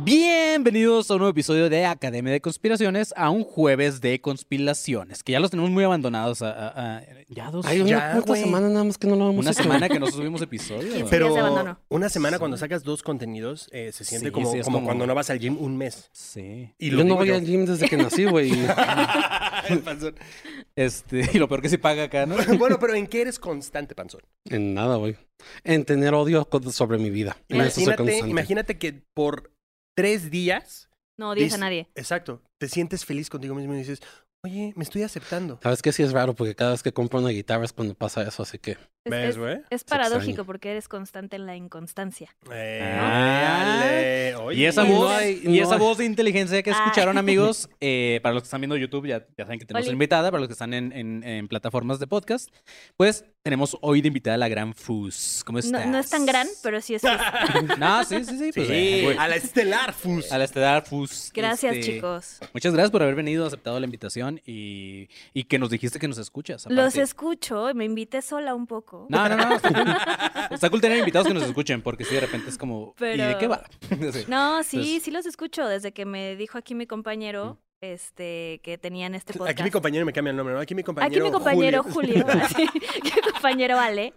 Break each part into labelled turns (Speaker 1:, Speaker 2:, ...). Speaker 1: Bienvenidos a un nuevo episodio de Academia de Conspiraciones, a un jueves de conspiraciones, que ya los tenemos muy abandonados. a- a- a- ya dos.
Speaker 2: Hay
Speaker 3: Ya,
Speaker 2: una puta
Speaker 3: güey.
Speaker 2: semana nada más que no lo vamos
Speaker 1: Una
Speaker 2: a
Speaker 1: semana que no subimos episodio. güey.
Speaker 3: Pero
Speaker 4: días de abandono.
Speaker 3: una semana cuando sacas dos contenidos eh, se siente
Speaker 1: Sí,
Speaker 3: como,
Speaker 1: sí, es
Speaker 3: como
Speaker 1: como-
Speaker 3: cuando no vas al gym un mes.
Speaker 1: Sí.
Speaker 3: Y
Speaker 2: Yo no
Speaker 3: digo
Speaker 2: voy al gym desde que nací, güey.
Speaker 3: El panzón.
Speaker 1: Este, y lo peor que se paga acá, ¿no?
Speaker 3: bueno, pero ¿en qué eres constante, Panzón?
Speaker 2: en nada, güey. En tener odio co- sobre mi vida. En eso soy
Speaker 3: Imagínate,
Speaker 2: constante.
Speaker 3: imagínate que por tres días...
Speaker 4: No odies a
Speaker 3: dices-
Speaker 4: nadie.
Speaker 3: Exacto. Te sientes feliz contigo mismo y dices, oye, me estoy aceptando.
Speaker 2: Sabes que sí es raro porque cada vez que compro una guitarra es cuando pasa eso, así que
Speaker 4: Es,
Speaker 3: ¿Ves,
Speaker 4: es-
Speaker 3: güey?
Speaker 4: es
Speaker 2: extraña.
Speaker 4: paradójico porque eres constante en la inconstancia.
Speaker 3: Eh,
Speaker 1: Ah.
Speaker 3: dale, Eh, oye.
Speaker 1: Y esa
Speaker 2: no
Speaker 1: voz,
Speaker 2: hay-
Speaker 1: y
Speaker 2: no
Speaker 1: esa
Speaker 2: hay-
Speaker 1: voz de inteligencia que
Speaker 4: Ah.
Speaker 1: escucharon, amigos, eh, para los que están viendo YouTube, ya, ya saben que tenemos
Speaker 4: Oli.
Speaker 1: una invitada, para los que están en, en- en plataformas de podcast, pues tenemos hoy de invitada a la gran Fus. ¿Cómo
Speaker 4: No,
Speaker 1: Pues estás?
Speaker 4: no es tan gran, pero sí es.
Speaker 1: No, sí, sí, sí.
Speaker 3: Sí,
Speaker 1: pues, eh, güey.
Speaker 3: a la estelar, Fus.
Speaker 1: A la edad, Fus.
Speaker 4: Gracias,
Speaker 1: este,
Speaker 4: chicos.
Speaker 1: Muchas gracias por haber venido, aceptado la invitación y, y que nos dijiste que nos escuchas.
Speaker 4: Los
Speaker 1: aparte.
Speaker 4: escucho, me invité sola un poco.
Speaker 1: No, no, no. Está cool. Está cool tener invitados que nos escuchen porque si de repente es como, ¿y de
Speaker 4: Pero-
Speaker 1: qué va? Sí.
Speaker 4: No, sí,
Speaker 1: Entonces-
Speaker 4: sí los escucho. Desde que me dijo aquí mi compañero este, que tenían este podcast.
Speaker 3: Aquí mi compañero me cambia el nombre, ¿no? Aquí mi compañero
Speaker 4: Aquí mi compañero
Speaker 3: Julio.
Speaker 4: Julio. así, mi compañero Ale.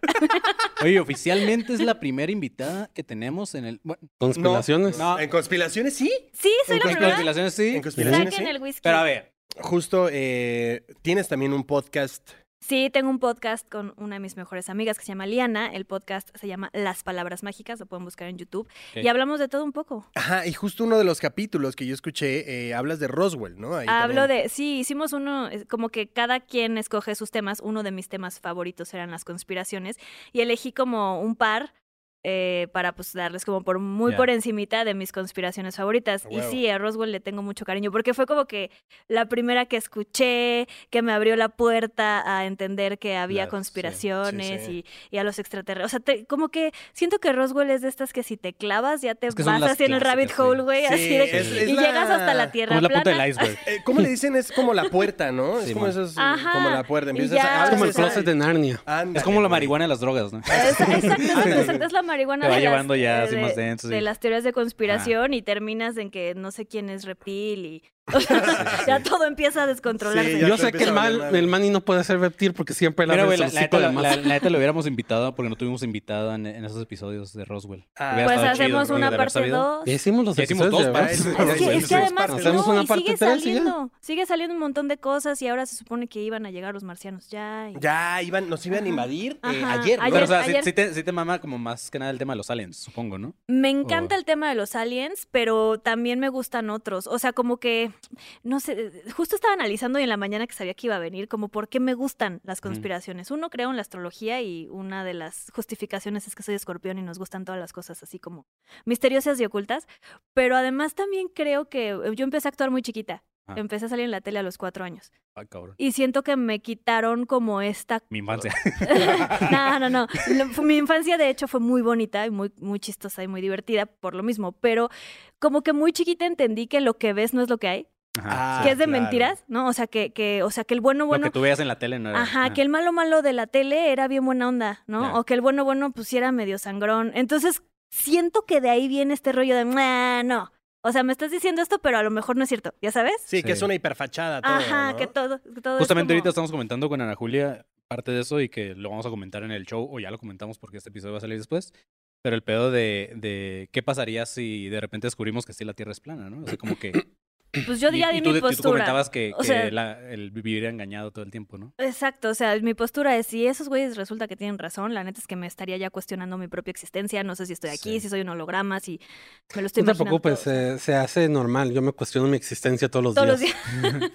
Speaker 1: Oye, oficialmente es la primera invitada que tenemos en el. Bueno,
Speaker 2: conspiraciones.
Speaker 1: No.
Speaker 3: ¿En conspiraciones sí?
Speaker 4: Sí, soy
Speaker 3: En
Speaker 4: la
Speaker 1: en
Speaker 4: primera.
Speaker 1: conspiraciones sí.
Speaker 3: En conspiraciones sí.
Speaker 4: Saquen el whisky.
Speaker 1: Pero a ver,
Speaker 3: Justo, eh, tienes también un podcast.
Speaker 4: Sí, tengo un podcast con una de mis mejores amigas que se llama Liana. El podcast se llama Las Palabras Mágicas, lo pueden buscar en YouTube.
Speaker 1: Ok.
Speaker 4: Y hablamos de todo un poco.
Speaker 3: Ajá, y justo uno de los capítulos que yo escuché, eh, hablas de Roswell, ¿no? Ahí
Speaker 4: Hablo
Speaker 3: también.
Speaker 4: de, sí, hicimos uno, es como que cada quien escoge sus temas, uno de mis temas favoritos eran las conspiraciones, y elegí como un par eh, para pues darles como por muy
Speaker 1: Ya.
Speaker 4: por encimita de mis conspiraciones favoritas.
Speaker 3: A
Speaker 4: Y
Speaker 3: huevo.
Speaker 4: sí, a Roswell le tengo mucho cariño, porque fue como que la primera que escuché, que me abrió la puerta a entender que había
Speaker 1: Claro, sí, sí,
Speaker 4: conspiraciones
Speaker 3: sí.
Speaker 4: Y, y a los extraterrestres. O sea, te- como que siento que Roswell es de estas que si te clavas ya te
Speaker 1: Es que son
Speaker 4: vas
Speaker 1: las
Speaker 4: así en el rabbit
Speaker 1: clásicas, sí.
Speaker 4: hole, güey,
Speaker 3: Sí,
Speaker 4: así de que-
Speaker 3: es- es
Speaker 4: y
Speaker 3: la-
Speaker 4: llegas hasta la tierra
Speaker 1: como es la punta
Speaker 4: plana.
Speaker 1: del iceberg.
Speaker 3: Eh, ¿Cómo le dicen? Es como la puerta, ¿no? es
Speaker 1: Sí,
Speaker 3: como
Speaker 1: man.
Speaker 3: esos, eh,
Speaker 4: Ajá,
Speaker 3: como la puerta.
Speaker 4: y
Speaker 3: Empiezas
Speaker 4: ya,
Speaker 3: a...
Speaker 2: es como el
Speaker 4: o sea,
Speaker 2: closet de Narnia.
Speaker 1: Es como la marihuana de las drogas, ¿no?
Speaker 4: Es- Exacto, exacto, exacto, es la marihuana
Speaker 1: Te va
Speaker 4: de, las-
Speaker 1: llevando ya,
Speaker 4: eh,
Speaker 1: así
Speaker 4: de-
Speaker 1: más Ah. denso,
Speaker 4: de
Speaker 1: sí.
Speaker 4: las teorías de conspiración y terminas en que no sé quién es reptil y o sea, ya todo empieza a descontrolarse.
Speaker 3: Sí, ya
Speaker 2: Yo
Speaker 3: te
Speaker 2: sé que
Speaker 3: empieza
Speaker 2: el,
Speaker 3: a valer
Speaker 2: mal,
Speaker 3: madre.
Speaker 2: el Manny no puede ser reptil porque siempre la
Speaker 1: Mira,
Speaker 2: abre
Speaker 1: güey, la,
Speaker 2: el
Speaker 1: la neta,
Speaker 2: hocico de
Speaker 1: la-
Speaker 2: más.
Speaker 1: la- la neta lo hubiéramos invitado porque no tuvimos invitada en, en esos episodios de Roswell.
Speaker 3: Ah.
Speaker 1: Hubiera
Speaker 4: pues
Speaker 1: estado chido, güey,
Speaker 4: hacemos
Speaker 1: de
Speaker 4: una
Speaker 1: haber
Speaker 4: parte
Speaker 1: sabido.
Speaker 4: 2.
Speaker 2: Ya hicimos los
Speaker 1: Ya hicimos dos
Speaker 2: episodios de
Speaker 3: partes.
Speaker 2: Roswell.
Speaker 4: Es que, es que
Speaker 3: Roswell,
Speaker 4: además
Speaker 3: Roswell.
Speaker 2: Hacemos
Speaker 4: no,
Speaker 2: una
Speaker 4: y
Speaker 2: parte
Speaker 4: sigue
Speaker 2: tres y ya.
Speaker 4: saliendo, sigue saliendo un montón de cosas y ahora se supone que iban a llegar los marcianos ya. y-
Speaker 3: Ya, iban, nos iban a invadir eh,
Speaker 4: Ajá,
Speaker 3: ayer, ¿no?
Speaker 4: ayer.
Speaker 1: Pero, o sea, sí-
Speaker 4: ayer-
Speaker 1: Sí, te, sí te mama como más que nada el tema de los aliens, supongo, ¿no?
Speaker 4: Me encanta
Speaker 1: Oh.
Speaker 4: el tema de los aliens, pero también me gustan otros. O sea, como que, no sé, justo estaba analizando y en la mañana que sabía que iba a venir, como por qué me gustan las conspiraciones. Uno creo en la astrología y una de las justificaciones es que soy escorpión y nos gustan todas las cosas así como misteriosas y ocultas. Pero además también creo que eh, yo empecé a actuar muy chiquita.
Speaker 1: Ah.
Speaker 4: Empecé a salir en la tele a los cuatro años.
Speaker 1: Ay, cabrón.
Speaker 4: Y siento que me quitaron como esta
Speaker 1: Mi infancia.
Speaker 4: no, no, no. Lo- fue- Mi infancia, de hecho, fue muy bonita y muy, muy chistosa y muy divertida por lo mismo. Pero como que muy chiquita entendí que lo que ves no es lo que hay,
Speaker 1: Ajá,
Speaker 3: Ah,
Speaker 4: que es de
Speaker 3: claro.
Speaker 4: mentiras, ¿no? O sea, que, que, o sea, que el bueno,
Speaker 1: Lo
Speaker 4: bueno.
Speaker 1: que tú veas en la tele no era.
Speaker 4: Ajá, que el malo malo de la tele era bien buena onda, ¿no?
Speaker 1: Claro.
Speaker 4: O que el bueno bueno pues sí era medio sangrón. Entonces, siento que de ahí viene este rollo de, "Ah, no. O sea, me estás diciendo esto, pero a lo mejor no es cierto, ¿ya sabes?
Speaker 3: Sí, que
Speaker 1: Sí.
Speaker 3: es una hiperfachada todo,
Speaker 4: Ajá,
Speaker 3: ¿no?
Speaker 4: que todo, que todo es
Speaker 1: Justamente
Speaker 4: como-
Speaker 1: ahorita estamos comentando con Ana Julia parte de eso y que lo vamos a comentar en el show o ya lo comentamos porque este episodio va a salir después. Pero el pedo de, de qué pasaría si de repente descubrimos que sí la Tierra es plana, ¿no? O sea, como que...
Speaker 4: Pues yo
Speaker 1: y-
Speaker 4: ya
Speaker 1: y
Speaker 4: di
Speaker 1: tú,
Speaker 4: mi
Speaker 1: de- tú
Speaker 4: postura.
Speaker 1: comentabas que,
Speaker 4: O
Speaker 1: que
Speaker 4: sea-
Speaker 1: la- el vivir engañado todo el tiempo, ¿no?
Speaker 4: Exacto, o sea, mi postura es si esos güeyes resulta que tienen razón, la neta es que me estaría ya cuestionando mi propia existencia, no sé si estoy aquí,
Speaker 1: Sí.
Speaker 4: si soy un holograma, si me lo estoy
Speaker 2: No te
Speaker 4: imaginando.
Speaker 2: preocupes, eh, se, se hace normal. Yo me cuestiono mi existencia todos los
Speaker 4: todos los
Speaker 2: días.
Speaker 4: días.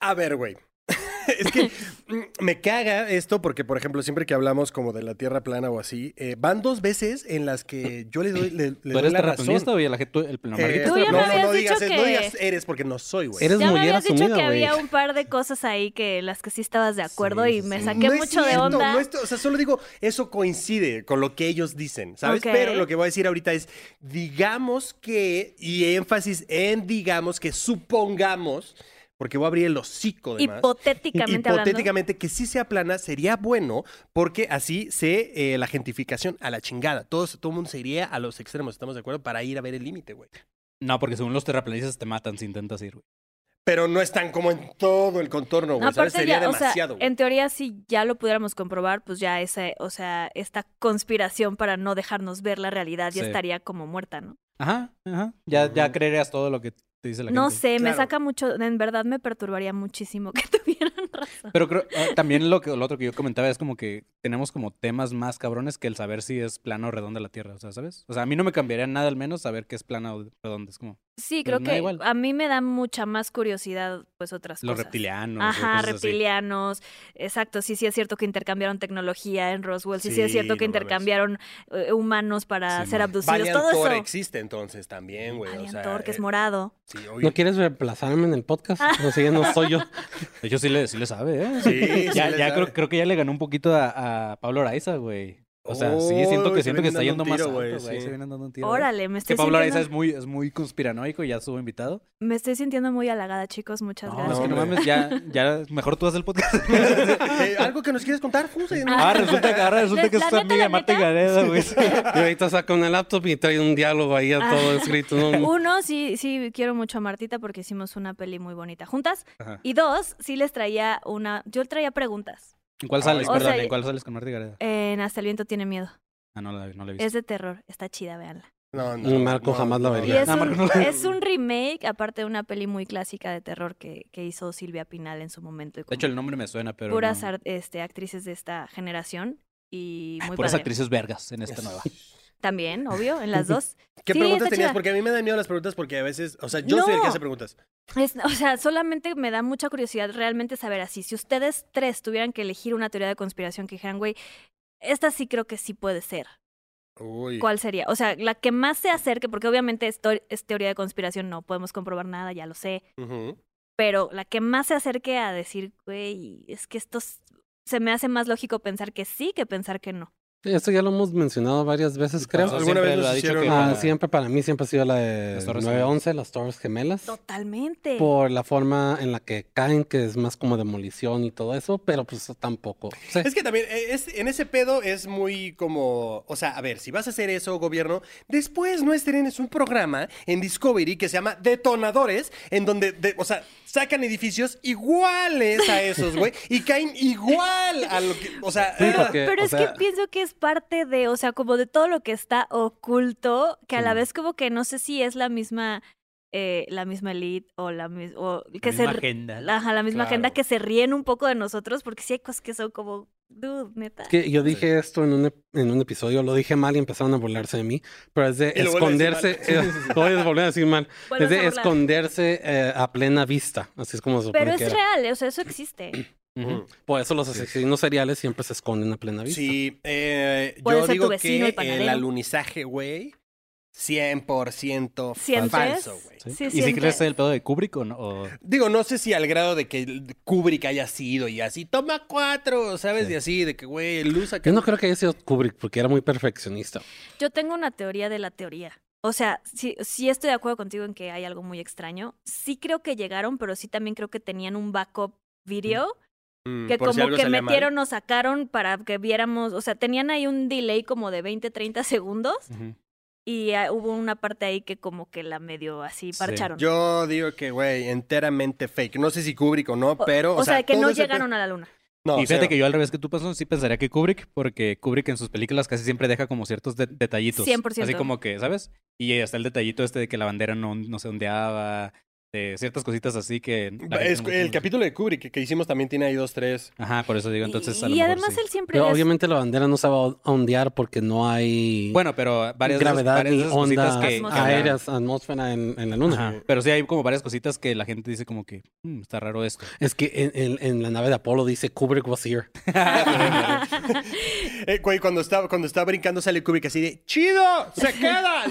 Speaker 3: A ver, güey. es que mm, me caga esto porque, por ejemplo, siempre que hablamos como de la Tierra plana o así, eh, van dos veces en las que yo le doy, le, le
Speaker 1: ¿Tú
Speaker 3: doy
Speaker 1: eres
Speaker 3: la razón.
Speaker 1: terraplanista o y la gente, tú- el la
Speaker 3: Eh,
Speaker 1: Margarita
Speaker 4: Tú ya
Speaker 1: es
Speaker 4: me
Speaker 3: no,
Speaker 1: terraplanista?
Speaker 3: no,
Speaker 4: habías
Speaker 3: no
Speaker 4: dicho
Speaker 3: digas, no
Speaker 4: que-
Speaker 3: digas eres porque no soy, güey.
Speaker 2: Eres
Speaker 4: ya me
Speaker 2: mollera
Speaker 4: habías dicho
Speaker 2: asumida,
Speaker 4: que
Speaker 2: güey.
Speaker 4: había un par de cosas ahí que las que sí estabas de acuerdo
Speaker 2: Sí,
Speaker 4: y
Speaker 2: sí,
Speaker 4: me
Speaker 2: sí.
Speaker 4: saqué
Speaker 3: No es
Speaker 4: mucho de
Speaker 3: cierto,
Speaker 4: onda.
Speaker 3: no es- o sea, solo digo, eso coincide con lo que ellos dicen, ¿sabes?
Speaker 4: Ok.
Speaker 3: Pero lo que voy a decir ahorita es, digamos que, y énfasis en digamos que supongamos, porque voy a abrir el hocico de
Speaker 4: hipotéticamente hablando.
Speaker 3: Hipotéticamente que sí sea plana sería bueno porque así se eh, la gentificación a la chingada. Todos, todo el mundo se iría a los extremos, ¿estamos de acuerdo? Para ir a ver el límite, güey.
Speaker 1: No, porque según los terraplanistas te matan si intentas ir, güey.
Speaker 3: Pero no están como en todo el contorno, güey. ¿sabes?
Speaker 4: Aparte
Speaker 3: Sería
Speaker 4: ya, o sea,
Speaker 3: demasiado, güey.
Speaker 4: en teoría si ya lo pudiéramos comprobar, pues ya esa, o sea, esta conspiración para no dejarnos ver la realidad ya
Speaker 1: Sí.
Speaker 4: estaría como muerta, ¿no?
Speaker 1: Ajá, ajá. Ya, ya
Speaker 3: Ujú.
Speaker 1: creerías todo lo que te dice la
Speaker 4: no
Speaker 1: gente.
Speaker 4: sé, me
Speaker 3: Claro.
Speaker 4: saca mucho, en verdad me perturbaría muchísimo que tuvieran razón.
Speaker 1: Pero creo, ah, también lo, que, lo otro que yo comentaba es como que tenemos como temas más cabrones que el saber si es plana o redonda la Tierra, o sea, ¿sabes? O sea, a mí no me cambiaría nada al menos saber que es plana o redonda. Es como
Speaker 4: Sí,
Speaker 1: Pero
Speaker 4: creo
Speaker 1: me da
Speaker 4: que
Speaker 1: pues igual.
Speaker 4: a mí me da mucha más curiosidad pues otras
Speaker 1: los
Speaker 4: cosas.
Speaker 1: reptilianos. o
Speaker 4: Ajá,
Speaker 1: cosas así.
Speaker 4: reptilianos, exacto, sí, sí es cierto que intercambiaron tecnología en Roswell, sí, sí, es
Speaker 3: Sí,
Speaker 4: cierto que
Speaker 3: no mames.
Speaker 4: intercambiaron eh, humanos para
Speaker 1: Sí,
Speaker 4: ser
Speaker 1: man.
Speaker 4: abducidos,
Speaker 3: Valiant
Speaker 4: todo
Speaker 3: Thor
Speaker 4: eso.
Speaker 3: existe entonces también, güey. o
Speaker 4: Valiant
Speaker 3: sea,
Speaker 4: Thor, que es
Speaker 3: eh,
Speaker 4: morado.
Speaker 3: sí, oye,
Speaker 2: ¿No quieres reemplazarme en el podcast? O sea, ya no soy yo.
Speaker 1: De hecho, sí le, sí le sabe, ¿eh?
Speaker 3: Sí,
Speaker 1: ya
Speaker 3: sí
Speaker 1: ya
Speaker 3: le
Speaker 1: creo,
Speaker 3: sabe.
Speaker 1: creo que ya le ganó un poquito a, a Pablo Araiza, güey. O sea, sí, siento
Speaker 3: Oh,
Speaker 1: que
Speaker 3: se
Speaker 1: siento que está
Speaker 3: vienen dando
Speaker 1: yendo
Speaker 3: un
Speaker 1: más
Speaker 3: tiro,
Speaker 1: alto,
Speaker 3: güey,
Speaker 1: güey.
Speaker 3: sí.
Speaker 1: Se vienen dando un tiro. güey.
Speaker 4: Órale, me estoy,
Speaker 1: Que Pablo Araiza es
Speaker 4: sintiendo,
Speaker 1: muy, es muy conspiranoico y ya estuvo invitado.
Speaker 4: me estoy sintiendo muy halagada, chicos, muchas
Speaker 1: No, es
Speaker 4: gracias.
Speaker 1: que no
Speaker 3: hombre.
Speaker 1: mames, ya, ya mejor tú haces el podcast.
Speaker 3: Eh, ¿Algo que nos quieres contar, Fuse? ¿no?
Speaker 1: Ah, resulta que, ahora resulta
Speaker 4: La-
Speaker 1: que es
Speaker 4: la
Speaker 1: tu
Speaker 4: neta,
Speaker 1: amiga
Speaker 4: la
Speaker 1: Marta
Speaker 4: neta.
Speaker 1: Gareda, güey.
Speaker 2: Y ahorita saca una laptop y trae un diálogo ahí a
Speaker 4: Ah.
Speaker 2: todo escrito. ¿no?
Speaker 4: Uno, sí, sí, quiero mucho a Martita porque hicimos una peli muy bonita juntas.
Speaker 1: Ajá.
Speaker 4: Y dos, sí les traía una, yo traía preguntas.
Speaker 1: ¿En cuál
Speaker 3: Ah,
Speaker 1: sales?
Speaker 3: o
Speaker 1: Perdón,
Speaker 4: sea,
Speaker 1: ¿en cuál sales con Marta Gareda?
Speaker 4: En Hasta el viento tiene miedo.
Speaker 1: Ah, no la, no la he visto.
Speaker 4: Es de terror, está chida, véanla.
Speaker 3: No,
Speaker 2: Marco jamás la
Speaker 4: Y
Speaker 2: vería.
Speaker 4: es,
Speaker 1: Ah,
Speaker 4: un,
Speaker 1: Marco, no.
Speaker 4: es un remake, aparte de una peli muy clásica de terror que, que hizo Silvia Pinal en su momento. Y
Speaker 1: De hecho,
Speaker 4: con
Speaker 1: el nombre me suena, pero.
Speaker 4: puras
Speaker 1: no. Ah,
Speaker 4: ar- este, actrices de esta generación y muy
Speaker 1: Puras
Speaker 4: padre.
Speaker 1: actrices vergas en esta nueva.
Speaker 4: También, obvio, en las dos.
Speaker 3: ¿Qué
Speaker 4: Sí,
Speaker 3: preguntas
Speaker 4: está
Speaker 3: tenías?
Speaker 4: chida.
Speaker 3: Porque a mí me dan miedo las preguntas porque a veces, o sea, yo soy el que
Speaker 4: No.
Speaker 3: hace preguntas.
Speaker 4: Es- o sea, solamente me da mucha curiosidad realmente saber así. Si ustedes tres tuvieran que elegir una teoría de conspiración que dijeran, güey, esta sí creo que sí puede ser.
Speaker 3: Uy.
Speaker 4: ¿Cuál sería? O sea, la que más se acerque, porque obviamente esto es teoría de conspiración, no podemos comprobar nada, ya lo sé.
Speaker 3: Ujú.
Speaker 4: pero la que más se acerque a decir, güey, es que esto s- se me hace más lógico pensar que sí que pensar que no.
Speaker 2: Esto ya lo hemos mencionado varias veces, creo.
Speaker 3: Alguna
Speaker 1: siempre
Speaker 3: vez
Speaker 1: lo
Speaker 3: nos
Speaker 1: ha dicho
Speaker 3: hicieron
Speaker 1: que
Speaker 3: una-
Speaker 2: Ah,
Speaker 1: la-
Speaker 2: siempre para mí siempre ha sido la de
Speaker 1: Las Torres
Speaker 2: 911, las Torres Gemelas.
Speaker 4: Totalmente.
Speaker 2: Por la forma en la que caen, que es más como demolición y todo eso, pero pues tampoco. Sí.
Speaker 3: Es que también, eh, es, en ese pedo es muy como, o sea, a ver, si vas a hacer eso, gobierno, después no estrenes un programa en Discovery que se llama Detonadores, en donde, de- o sea, sacan edificios iguales a esos, güey, y caen igual a lo que, o sea,
Speaker 2: Sí,
Speaker 3: eh,
Speaker 2: porque-
Speaker 4: pero
Speaker 2: o
Speaker 4: es
Speaker 2: sea-
Speaker 4: que pienso que es parte de, o sea, como de todo lo que está oculto, que a la
Speaker 2: Sí.
Speaker 4: vez como que no sé si es la misma, eh, la misma elite o la mis- o que
Speaker 1: misma
Speaker 4: se,
Speaker 1: agenda.
Speaker 4: la, ajá, la misma agenda
Speaker 3: Claro.
Speaker 4: que se ríen un poco de nosotros, porque sí hay cosas que son como, dude, neta.
Speaker 2: Es que yo dije esto en un, ep- en un episodio, lo dije mal y empezaron a burlarse de mí, pero es de
Speaker 3: Y lo vuelve a decir
Speaker 2: esconderse, eh, lo voy a volver a decir mal,
Speaker 4: Vuelves
Speaker 2: es de
Speaker 4: a burlar.
Speaker 2: esconderse eh, a plena vista, así es como se supone
Speaker 4: pero es
Speaker 2: que era.
Speaker 4: real, o sea, eso existe.
Speaker 1: Ujú.
Speaker 2: Por eso los asesinos seriales siempre se esconden a plena vista.
Speaker 3: Sí, eh,
Speaker 4: Puede
Speaker 3: yo
Speaker 4: ser tu
Speaker 3: digo
Speaker 4: vecino, el
Speaker 3: que el
Speaker 4: panadero.
Speaker 3: alunizaje, güey, 100%
Speaker 4: ¿Sientes?
Speaker 3: falso, güey.
Speaker 4: Sí,
Speaker 1: ¿Y si
Speaker 4: siente-
Speaker 1: crees el pedo de Kubrick o no? O-
Speaker 3: Digo, no sé si al grado de que Kubrick haya sido y así, toma cuatro, ¿sabes?
Speaker 1: Sí.
Speaker 3: Y así, de que, güey, luz acá.
Speaker 2: Yo no creo que haya sido Kubrick porque era muy perfeccionista.
Speaker 4: Yo tengo una teoría de la teoría. O sea, sí, sí estoy de acuerdo contigo en que hay algo muy extraño. Sí creo que llegaron, pero sí también creo que tenían un backup video
Speaker 3: Mm,
Speaker 4: que
Speaker 3: por
Speaker 4: como
Speaker 3: si algo
Speaker 4: que
Speaker 3: salía mal.
Speaker 4: metieron o sacaron para que viéramos, o sea, tenían ahí un delay como de 20, 30 segundos
Speaker 1: Ujú.
Speaker 4: y ah, hubo una parte ahí que como que la medio así
Speaker 1: Sí.
Speaker 4: parcharon.
Speaker 3: Yo digo que, güey, enteramente fake. No sé si Kubrick o no, pero.
Speaker 4: o, o sea, que
Speaker 3: todo
Speaker 4: no
Speaker 3: ese pe-
Speaker 4: llegaron a la luna.
Speaker 3: No,
Speaker 1: y fíjate que yo al revés que tú pasó, sí pensaría que Kubrick, porque Kubrick en sus películas casi siempre deja como ciertos de- detallitos.
Speaker 4: 100%.
Speaker 1: Así como que, ¿sabes? Y hasta el detallito este de que la bandera no, no se ondeaba, este, ciertas cositas así que... la gente
Speaker 3: Es-
Speaker 1: no
Speaker 3: el
Speaker 1: conoce.
Speaker 3: capítulo de Kubrick que, que hicimos también tiene ahí dos, tres.
Speaker 1: Ajá, por eso digo, entonces a
Speaker 4: y
Speaker 1: lo
Speaker 4: y
Speaker 1: mejor
Speaker 4: además
Speaker 1: sí.
Speaker 4: él siempre
Speaker 2: Pero
Speaker 4: le hace-
Speaker 2: obviamente la bandera no se va a ondear porque no hay
Speaker 1: Bueno, pero varias de esas-
Speaker 2: gravedad
Speaker 1: varias de
Speaker 2: ni
Speaker 1: esas
Speaker 2: ondas
Speaker 1: cositas que- que...
Speaker 4: Atmósfera.
Speaker 1: hablan-
Speaker 2: aéreas, atmósfera en, en la
Speaker 1: Ajá,
Speaker 2: luna.
Speaker 1: Pero sí hay como varias cositas que la gente dice como que, "Mm, está raro esto.
Speaker 2: Es que en, en- en la nave de Apolo dice Kubrick was here.
Speaker 3: Eh, güey, cuando está, cuando está brincando sale Kubrick así de ¡Chido! ¡Se queda!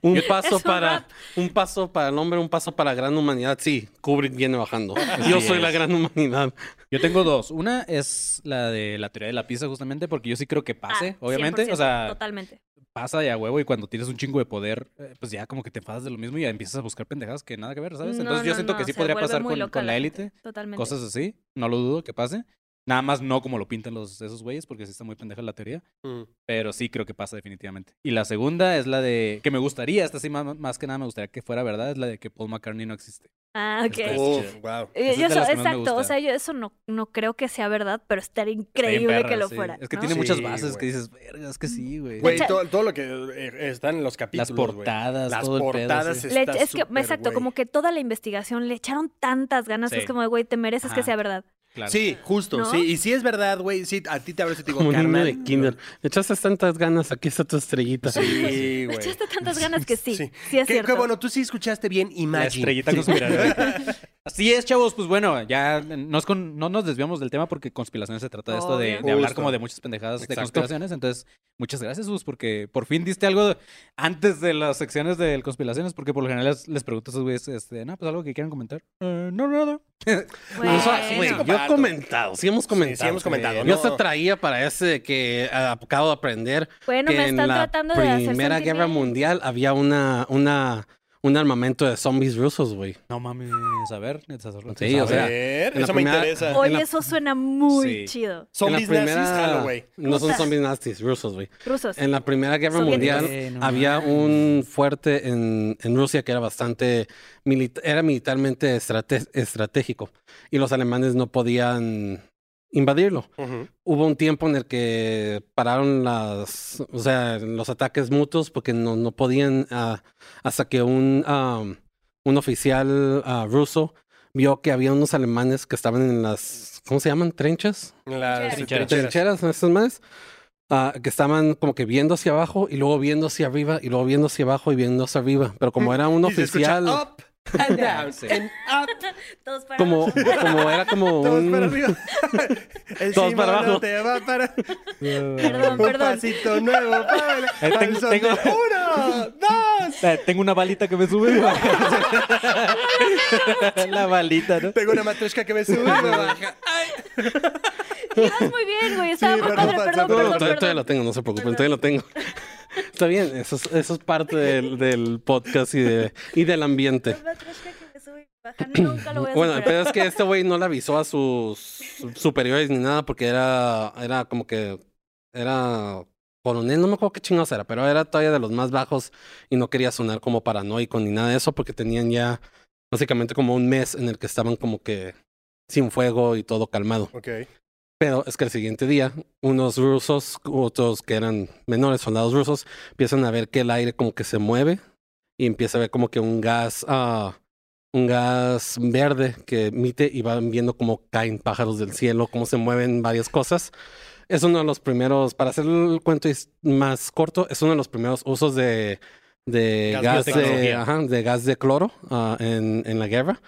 Speaker 2: Un
Speaker 4: Es
Speaker 2: paso
Speaker 4: un
Speaker 2: para
Speaker 4: rap.
Speaker 2: un paso para el hombre, un paso para la gran humanidad. Sí, Kubrick viene bajando. Yo soy la gran humanidad.
Speaker 1: Yo tengo dos. Una es la de la teoría de la pizza, justamente, porque yo sí creo que
Speaker 4: Ah,
Speaker 1: pase, obviamente.
Speaker 4: 100%,
Speaker 1: O sea,
Speaker 4: Totalmente.
Speaker 1: pasa de a huevo y cuando tienes un chingo de poder, eh, pues ya como que te enfadas de lo mismo y ya empiezas a buscar pendejadas que nada que ver, ¿sabes?
Speaker 4: No,
Speaker 1: Entonces yo
Speaker 4: no,
Speaker 1: siento que
Speaker 4: no,
Speaker 1: sí
Speaker 4: se
Speaker 1: podría
Speaker 4: vuelve
Speaker 1: pasar
Speaker 4: muy
Speaker 1: con,
Speaker 4: loca
Speaker 1: con la
Speaker 4: gente,
Speaker 1: élite,
Speaker 4: Totalmente.
Speaker 1: cosas así. No lo dudo que pase. Nada más no como lo pintan los, esos güeyes, porque sí está muy pendeja la teoría.
Speaker 3: Mm.
Speaker 1: Pero sí creo que pasa definitivamente. Y la segunda es la de, que me gustaría, esta sí más, más que nada me gustaría que fuera verdad, es la de que Paul McCartney no existe.
Speaker 4: Ah, ok.
Speaker 1: Está-
Speaker 3: Uf, wow.
Speaker 4: Eh,
Speaker 1: Esa es de
Speaker 4: yo
Speaker 1: las
Speaker 4: eso-
Speaker 1: que más me
Speaker 4: exacto, o
Speaker 1: gusta.
Speaker 4: sea, yo eso no, no creo que sea verdad, pero estaría
Speaker 1: Está bien
Speaker 4: increíble que
Speaker 1: perra,
Speaker 4: lo
Speaker 1: sí.
Speaker 4: fuera.
Speaker 1: Es que
Speaker 4: ¿no? Mm.
Speaker 1: tiene muchas
Speaker 3: Sí,
Speaker 1: bases que
Speaker 3: güey.
Speaker 1: dices, verga, es que sí, güey.
Speaker 3: Güey,
Speaker 4: Echa-
Speaker 3: todo, todo lo que eh, está en los capítulos.
Speaker 1: Las portadas,
Speaker 3: güey. Las
Speaker 1: todo el pedo,
Speaker 3: portadas
Speaker 1: sí.
Speaker 4: Le-
Speaker 3: está
Speaker 4: es que,
Speaker 3: súper,
Speaker 4: exacto,
Speaker 3: güey.
Speaker 4: como que toda la investigación le echaron tantas ganas que
Speaker 1: Sí.
Speaker 4: es como, de, güey, te mereces que
Speaker 1: Ajá.
Speaker 4: sea verdad.
Speaker 1: Claro.
Speaker 3: Sí, justo,
Speaker 4: ¿No?
Speaker 3: sí. Y si es verdad, güey, sí, a ti te abres y te digo,
Speaker 2: Como un niño
Speaker 3: carnal.
Speaker 2: de kinder. Le echaste tantas ganas, aquí está tu estrellita.
Speaker 3: Sí,
Speaker 4: Le
Speaker 3: güey.
Speaker 4: echaste tantas ganas que sí, sí, es
Speaker 3: Que- que
Speaker 4: cierto.
Speaker 3: bueno, tú sí escuchaste bien
Speaker 1: La
Speaker 3: Imagine.
Speaker 1: estrellita conspiradora. Así es, chavos. Pues bueno, ya nos con- no nos desviamos del tema porque conspiraciones se trata de esto de,
Speaker 4: Obvio.
Speaker 1: de hablar
Speaker 3: Justo.
Speaker 1: como de muchas pendejadas de
Speaker 3: Exacto.
Speaker 1: conspiraciones. Entonces, muchas gracias, Sus, porque por fin diste algo antes de las secciones de conspiraciones, porque por lo general les, les pregunto a esos güeyes, este, no, pues algo que quieran comentar. Eh, no, nada.
Speaker 4: Bueno.
Speaker 2: Pues, O sea, güey,
Speaker 3: Sí,
Speaker 2: yo
Speaker 3: comparto.
Speaker 2: he comentado, sí hemos comentado.
Speaker 3: sí hemos comentado,
Speaker 2: Yo
Speaker 3: no.
Speaker 2: se traía para ese de que ah, acabo de aprender
Speaker 4: Bueno,
Speaker 2: que
Speaker 4: me
Speaker 2: en
Speaker 4: están
Speaker 2: la
Speaker 4: tratando de hacer
Speaker 2: Primera
Speaker 4: sentir
Speaker 2: Guerra
Speaker 4: bien.
Speaker 2: Mundial había una, una, un armamento de zombies rusos, güey.
Speaker 1: No mames, a ver, neta, solo-
Speaker 2: Sí,
Speaker 1: a
Speaker 2: o
Speaker 3: A
Speaker 2: sea,
Speaker 1: ver.
Speaker 3: ver,
Speaker 2: en la
Speaker 3: eso
Speaker 2: primera-
Speaker 3: me interesa.
Speaker 2: Hoy-
Speaker 4: Oye,
Speaker 2: en la-
Speaker 4: eso suena muy
Speaker 1: Sí.
Speaker 4: chido.
Speaker 2: En la
Speaker 3: Zombies
Speaker 2: primera-
Speaker 3: nazis, jalo, güey.
Speaker 2: No son
Speaker 4: Rusas.
Speaker 2: zombies nazis, rusos, güey.
Speaker 4: Rusos.
Speaker 2: En la Primera Guerra
Speaker 4: Soviéticos.
Speaker 2: Mundial
Speaker 1: Eh, no
Speaker 2: había
Speaker 1: mames.
Speaker 2: un fuerte en, en Rusia que era bastante milita- era militarmente estrate- estratégico y los alemanes no podían invadirlo.
Speaker 3: Ujú.
Speaker 2: Hubo un tiempo en el que pararon las, o sea, los ataques mutuos porque no, no podían ah, hasta que un, ah, un oficial ah, ruso vio que había unos alemanes que estaban en las, ¿cómo se llaman? Trenchas
Speaker 3: Las
Speaker 1: Trincheras.
Speaker 3: trincheras.
Speaker 2: trincheras, esas más, ah, que estaban como que viendo hacia abajo y luego viendo hacia arriba y luego viendo hacia abajo y viendo hacia arriba. Pero como era un
Speaker 3: Y se escucha "Oh,
Speaker 2: oficial,
Speaker 3: Up and down
Speaker 1: Sí.
Speaker 3: and up.
Speaker 4: Todos para
Speaker 2: como, como era como
Speaker 3: Todos para
Speaker 2: un...
Speaker 3: arriba. El
Speaker 2: Todos
Speaker 3: Simón
Speaker 2: para abajo.
Speaker 3: no te va para
Speaker 4: Perdón,
Speaker 3: un
Speaker 4: perdón.
Speaker 3: pasito nuevo. Para el-
Speaker 1: Eh,
Speaker 3: para el
Speaker 1: tengo-
Speaker 3: son de
Speaker 1: tengo-
Speaker 3: Uno, dos.
Speaker 1: Eh, Tengo una balita que me sube. la balita, ¿no?
Speaker 3: Tengo una matrusca que me sube y me baja.
Speaker 4: Ibas muy bien, güey. Estaba muy
Speaker 3: perdón,
Speaker 4: padre,
Speaker 3: perdón,
Speaker 2: No,
Speaker 4: perdón,
Speaker 3: perdón,
Speaker 4: perdón,
Speaker 2: todavía, todavía lo
Speaker 4: perdón.
Speaker 2: tengo, no se preocupen, todavía lo tengo. Está bien, eso es, eso es parte del, del podcast y, de, y del ambiente.
Speaker 4: La matrosca que me sube y baja, Nunca lo voy a
Speaker 2: Bueno,
Speaker 4: superar.
Speaker 2: pero es que este güey no le avisó a sus superiores ni nada porque era, era como que era coronel, no me acuerdo qué chingados era, pero era todavía de los más bajos y no quería sonar como paranoico ni nada de eso porque tenían ya básicamente como un mes en el que estaban como que sin fuego y todo calmado.
Speaker 3: Ok.
Speaker 2: Pero es que el siguiente día, unos rusos, otros que eran menores, soldados rusos, empiezan a ver que el aire como que se mueve y empieza a ver como que un gas, ah, un gas verde que emite y van viendo cómo caen pájaros del cielo, cómo se mueven varias cosas. Es uno de los primeros, para hacer el cuento es- más corto, es uno de los primeros usos de, de
Speaker 3: Gas
Speaker 2: gas, de,
Speaker 3: biotecnología.
Speaker 2: ajá, de gas de cloro ah, en, en la guerra.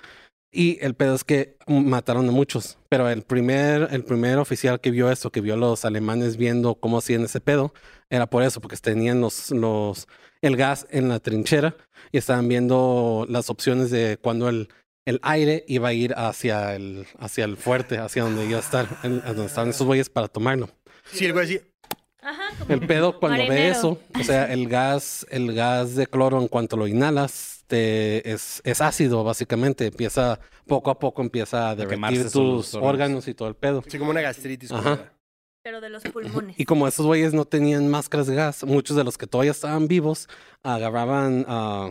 Speaker 2: Y el pedo es que mataron a muchos, pero el primer, el primer oficial que vio esto, que vio a los alemanes viendo cómo hacían ese pedo, era por eso, porque tenían los, los, el gas en la trinchera y estaban viendo las opciones de cuando el, el aire iba a ir hacia el, hacia el fuerte, hacia donde iba a estar, en- a donde estaban esos güeyes para tomarlo.
Speaker 3: Sí, el güey así.
Speaker 4: Ajá, como
Speaker 2: El pedo cuando ve
Speaker 4: marinero.
Speaker 2: eso, o sea, el gas, el gas de cloro en cuanto lo inhalas, te, es, es ácido básicamente, empieza poco a poco empieza a
Speaker 1: quemarse
Speaker 2: derretir tus
Speaker 1: solo los
Speaker 2: órganos.
Speaker 1: órganos.
Speaker 2: y todo el pedo.
Speaker 3: Sí, como una gastritis.
Speaker 2: Ajá.
Speaker 3: culera.
Speaker 4: Pero de los pulmones.
Speaker 2: Y como esos güeyes no tenían máscaras de gas, muchos de los que todavía estaban vivos agarraban ah,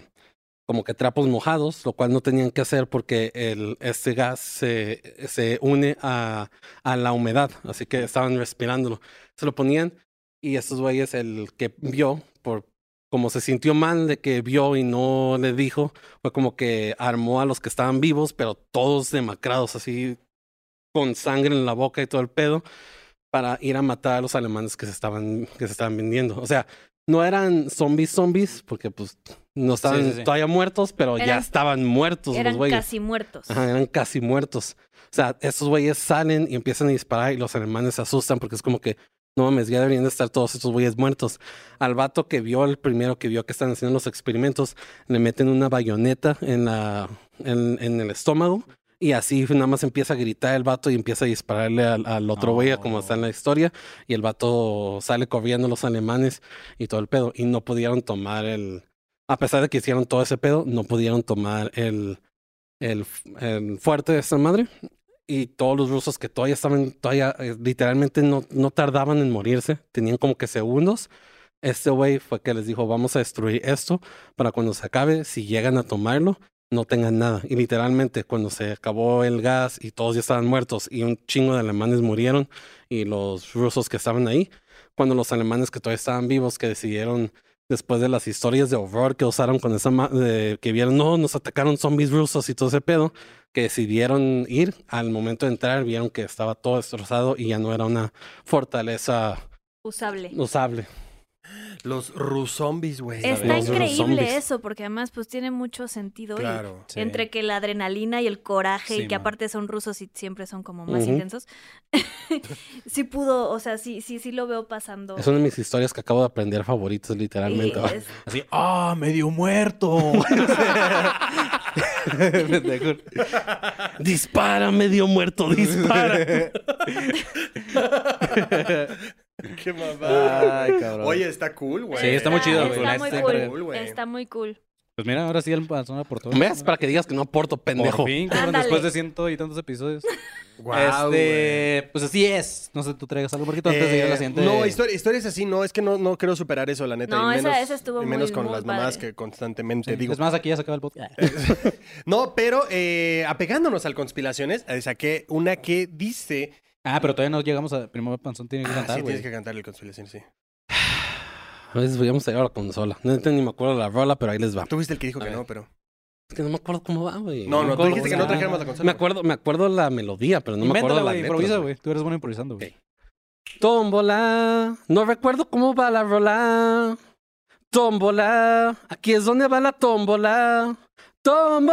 Speaker 2: como que trapos mojados, lo cual no tenían que hacer porque el, este gas se, se une a, a la humedad, así que estaban respirándolo. Se lo ponían y estos güeyes, el que vio por como se sintió mal de que vio y no le dijo, fue como que armó a los que estaban vivos, pero todos demacrados, así con sangre en la boca y todo el pedo, para ir a matar a los alemanes que se estaban, que se estaban vendiendo. O sea, no eran zombies zombies, porque pues no estaban
Speaker 1: sí, sí.
Speaker 2: todavía muertos, pero ya
Speaker 4: Eran-
Speaker 2: estaban muertos los
Speaker 4: Eran
Speaker 2: güeyes.
Speaker 4: casi muertos.
Speaker 2: Ajá, eran casi muertos. O sea, esos güeyes salen y empiezan a disparar y los alemanes se asustan porque es como que, no mames, ya deberían de estar todos estos güeyes muertos. Al vato que vio, el primero que vio que están haciendo los experimentos, le meten una bayoneta en, la, en, en el estómago y así nada más empieza a gritar el vato y empieza a dispararle al, al otro güey, a como está en la historia, y el vato sale corriendo los alemanes y todo el pedo. Y no pudieron tomar el... A pesar de que hicieron todo ese pedo, no pudieron tomar el, el, f- el fuerte de esa madre. Y todos los rusos que todavía estaban, todavía eh, literalmente no, no tardaban en morirse, tenían como que segundos. Este güey fue que les dijo, vamos a destruir esto para cuando se acabe, si llegan a tomarlo, no tengan nada. Y literalmente cuando se acabó el gas y todos ya estaban muertos y un chingo de alemanes murieron y los rusos que estaban ahí, cuando los alemanes que todavía estaban vivos, que decidieron después de las historias de horror que usaron con esa ma- de- que vieron, no, nos atacaron zombies rusos y todo ese pedo, que decidieron ir, al momento de entrar vieron que estaba todo destrozado y ya no era una fortaleza
Speaker 4: Usable.
Speaker 2: usable.
Speaker 3: Los ruzombis, güey.
Speaker 4: Está
Speaker 2: pues, Los
Speaker 4: increíble
Speaker 2: zombies.
Speaker 4: eso, porque además pues tiene mucho sentido. y
Speaker 3: Claro.
Speaker 1: Sí.
Speaker 4: Entre que la adrenalina y el coraje,
Speaker 1: Sí,
Speaker 4: y que
Speaker 1: man.
Speaker 4: aparte son rusos y siempre son como más
Speaker 2: Ujú.
Speaker 4: intensos, sí pudo, o sea, sí, sí, sí lo veo pasando.
Speaker 2: Es una de mis historias que acabo de aprender favoritas
Speaker 4: Y
Speaker 2: literalmente.
Speaker 4: es-
Speaker 1: Así, ¡ah, medio muerto! Pendejo.
Speaker 2: Dispara, medio muerto, dispara.
Speaker 3: Qué mamada.
Speaker 1: Ay, cabrón.
Speaker 3: Oye, está cool, güey.
Speaker 1: Sí, está muy chido, güey.
Speaker 4: Está
Speaker 1: La
Speaker 4: muy
Speaker 1: neta,
Speaker 4: cool.
Speaker 1: está Este,
Speaker 3: cool, güey.
Speaker 4: está muy cool.
Speaker 1: Pues mira, ahora sí el panzón aportó.
Speaker 2: ¿Ves? Para que digas que no aporto, pendejo.
Speaker 1: Por fin, cabrón,
Speaker 4: Ándale.
Speaker 1: después de ciento y tantos episodios.
Speaker 3: Guau, güey.
Speaker 1: este, pues así es. No sé, tú traigas algo, Marquito, antes de ir a la
Speaker 3: Eh,
Speaker 1: siguiente.
Speaker 3: No, histori- historias así, no, es que no, no quiero superar eso, la neta.
Speaker 4: No,
Speaker 3: y
Speaker 4: esa-
Speaker 3: menos,
Speaker 4: esa estuvo
Speaker 3: y menos
Speaker 4: muy-
Speaker 3: con
Speaker 4: muy
Speaker 3: las mamás
Speaker 4: padre.
Speaker 3: que constantemente
Speaker 1: Sí,
Speaker 3: digo.
Speaker 1: Es más, aquí ya se acaba el podcast.
Speaker 3: No, pero eh, apegándonos al conspiraciones, eh, saqué una que dice.
Speaker 1: Ah, pero todavía no llegamos a. Primero Panzón tiene que
Speaker 3: Ah,
Speaker 1: cantar,
Speaker 3: sí,
Speaker 1: güey.
Speaker 3: tienes que cantar el conspiración, sí.
Speaker 2: A veces podíamos llegar a la consola. No entiendo ni me acuerdo la rola, pero ahí les va.
Speaker 3: Tú fuiste el que dijo
Speaker 2: A
Speaker 3: que
Speaker 2: ver.
Speaker 3: no, pero.
Speaker 2: Es que no me acuerdo cómo va, güey.
Speaker 3: No,
Speaker 2: me
Speaker 3: no, tú
Speaker 2: acuerdo
Speaker 3: dijiste que
Speaker 2: cómo
Speaker 3: no
Speaker 2: va.
Speaker 3: trajéramos la consola.
Speaker 2: Me acuerdo, me acuerdo la melodía, pero no me
Speaker 1: Invéntala,
Speaker 2: acuerdo la
Speaker 1: güey,
Speaker 2: letra.
Speaker 1: improvisa, güey. Tú eres bueno improvisando, güey.
Speaker 2: Tómbola. No recuerdo cómo va la rola. Tómbola. Aquí es donde va la tómbola.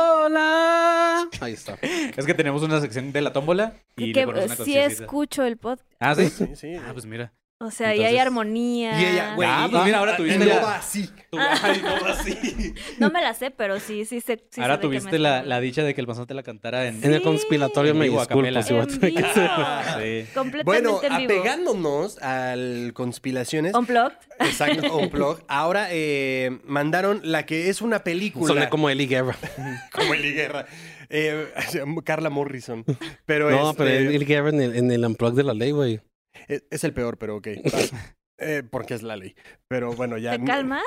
Speaker 2: Tómbola. Ahí está.
Speaker 1: Es que tenemos una sección de la tómbola y
Speaker 4: que
Speaker 1: le ponemos una
Speaker 4: sí
Speaker 1: cancioncita.
Speaker 4: escucho el podcast.
Speaker 1: Ah, sí.
Speaker 3: Sí, sí.
Speaker 1: Ah, pues mira.
Speaker 4: O sea, y hay
Speaker 1: Entonces-
Speaker 4: armonía.
Speaker 3: Y ella, güey.
Speaker 1: Ah, pues mira, ahora tuviste
Speaker 3: no
Speaker 1: la-
Speaker 3: va así.
Speaker 1: Tú- ay, ¿cómo así?
Speaker 4: No me la sé, pero sí, sí sé. sí
Speaker 1: Ahora
Speaker 4: se ve que me
Speaker 1: tuviste
Speaker 4: está-
Speaker 1: la, la dicha de que el panzón te la cantara en.
Speaker 2: En el
Speaker 4: Sí.
Speaker 2: conspiratorio me
Speaker 1: En vivo, a
Speaker 2: disculpo
Speaker 1: capela.
Speaker 2: si voy a
Speaker 4: En
Speaker 2: tener que
Speaker 4: vivo.
Speaker 2: hacer.
Speaker 1: Sí.
Speaker 3: Bueno,
Speaker 4: Completamente en vivo.
Speaker 3: apegándonos al conspiraciones.
Speaker 4: Unplugged.
Speaker 3: Exacto, un blog. Ahora eh, mandaron la que es una película.
Speaker 2: Soné como Eli Guerra.
Speaker 3: Como Eli Guerra. Eh, Carla Morrison. Pero,
Speaker 2: No,
Speaker 3: este,
Speaker 2: pero Eli Guerra en el, en el unplug de la ley, güey.
Speaker 3: es, es el peor, pero ok. va. Eh, porque es la ley. Pero bueno, ya.
Speaker 4: ¿Te calmas?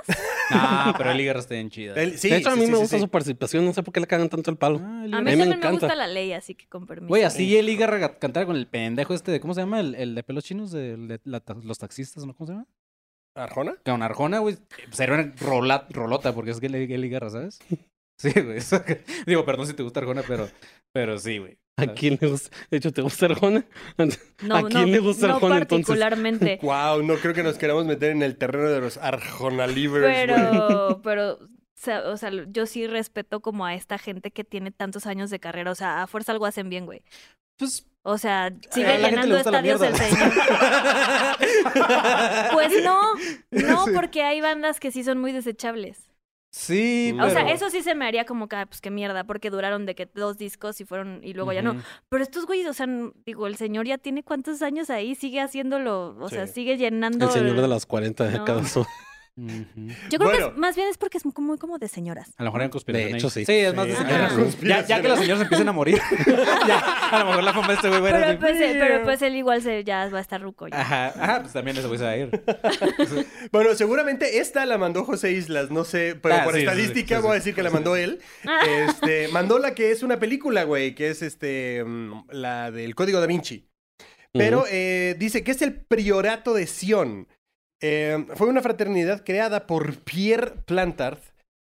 Speaker 1: Ah, pero Eli Guerra está bien chida.
Speaker 3: El- sí,
Speaker 2: de hecho, a
Speaker 3: sí,
Speaker 2: mí
Speaker 3: sí,
Speaker 2: me
Speaker 3: sí,
Speaker 2: gusta
Speaker 3: sí.
Speaker 2: su participación. No sé por qué le cagan tanto el palo.
Speaker 1: Ah,
Speaker 4: A
Speaker 1: Eli
Speaker 2: me
Speaker 4: mí
Speaker 1: Guerra.
Speaker 4: también me
Speaker 2: encanta.
Speaker 4: gusta la ley, así que con permiso.
Speaker 1: Güey, así Eli Guerra ga- cantara con el pendejo este de. ¿Cómo se llama? El, el de pelos chinos, de, de la- los taxistas, ¿no? ¿Cómo se llama?
Speaker 3: ¿Arjona?
Speaker 1: Con Arjona, güey. Sería una rola- rolota, porque es que Eli, Eli Guerra, ¿sabes? Sí, güey. eso- Digo, perdón si te gusta Arjona, pero, pero sí, güey.
Speaker 3: Ah.
Speaker 2: ¿A quién le gusta? De hecho, ¿te gusta Arjona?
Speaker 4: No,
Speaker 2: ¿A quién
Speaker 4: no,
Speaker 2: le gusta
Speaker 4: no
Speaker 2: Arjona, entonces?
Speaker 4: particularmente.
Speaker 3: Wow, no creo que nos queramos meter en el terreno de los Arjona Livers.
Speaker 4: pero, pero, o sea, o sea, yo sí respeto como a esta gente que tiene tantos años de carrera. O sea, a fuerza algo hacen bien, güey.
Speaker 1: Pues.
Speaker 4: O sea,
Speaker 1: a
Speaker 4: sigue
Speaker 1: la gente le
Speaker 4: llenando
Speaker 1: gusta la
Speaker 4: estadios el
Speaker 1: mierda.
Speaker 4: señor. Pues no, no, porque hay bandas que sí son muy desechables.
Speaker 1: Sí,
Speaker 3: O
Speaker 1: pero...
Speaker 4: O sea, eso sí se me haría como que, ah, pues qué mierda, porque duraron de que dos discos y fueron, y luego ya no.
Speaker 1: Ujú.
Speaker 4: Pero estos güeyes, o sea, n- digo, el señor ya tiene cuántos años ahí, sigue haciéndolo, o sea,
Speaker 3: Sí.
Speaker 4: sigue llenando.
Speaker 2: El señor
Speaker 4: el-
Speaker 2: de las 40 de
Speaker 4: No.
Speaker 2: cada uno.
Speaker 1: Ujú.
Speaker 4: Yo creo que
Speaker 3: Bueno.
Speaker 4: es- más bien es porque es muy como de señoras.
Speaker 1: A lo mejor eran conspiraciones.
Speaker 2: De hecho, sí.
Speaker 1: Sí, es más
Speaker 3: Sí,
Speaker 1: de
Speaker 3: eran
Speaker 1: señoras. Ya,
Speaker 3: conspiraciones.
Speaker 1: ya que los señores empiecen a morir. ya, a lo mejor la fama de este güey va a ir así,
Speaker 4: Pero pues, eh, pero
Speaker 1: "Mira".
Speaker 4: pues él igual se, ya va a estar ruco. ya.
Speaker 1: Ajá, ajá, pues también ese güey se va a ir.
Speaker 3: Bueno, seguramente esta la mandó José Islas, no sé, pero
Speaker 1: Ah,
Speaker 3: por
Speaker 1: sí, sí,
Speaker 3: estadística
Speaker 1: sí, sí,
Speaker 3: voy a
Speaker 1: sí.
Speaker 3: decir que la mandó él. Este, mandó la que es una película, güey, que es este mm, la eh, del Código da Vinci. Pero eh, dice que es el Priorato de Sion. Eh, fue una fraternidad creada por Pierre Plantard,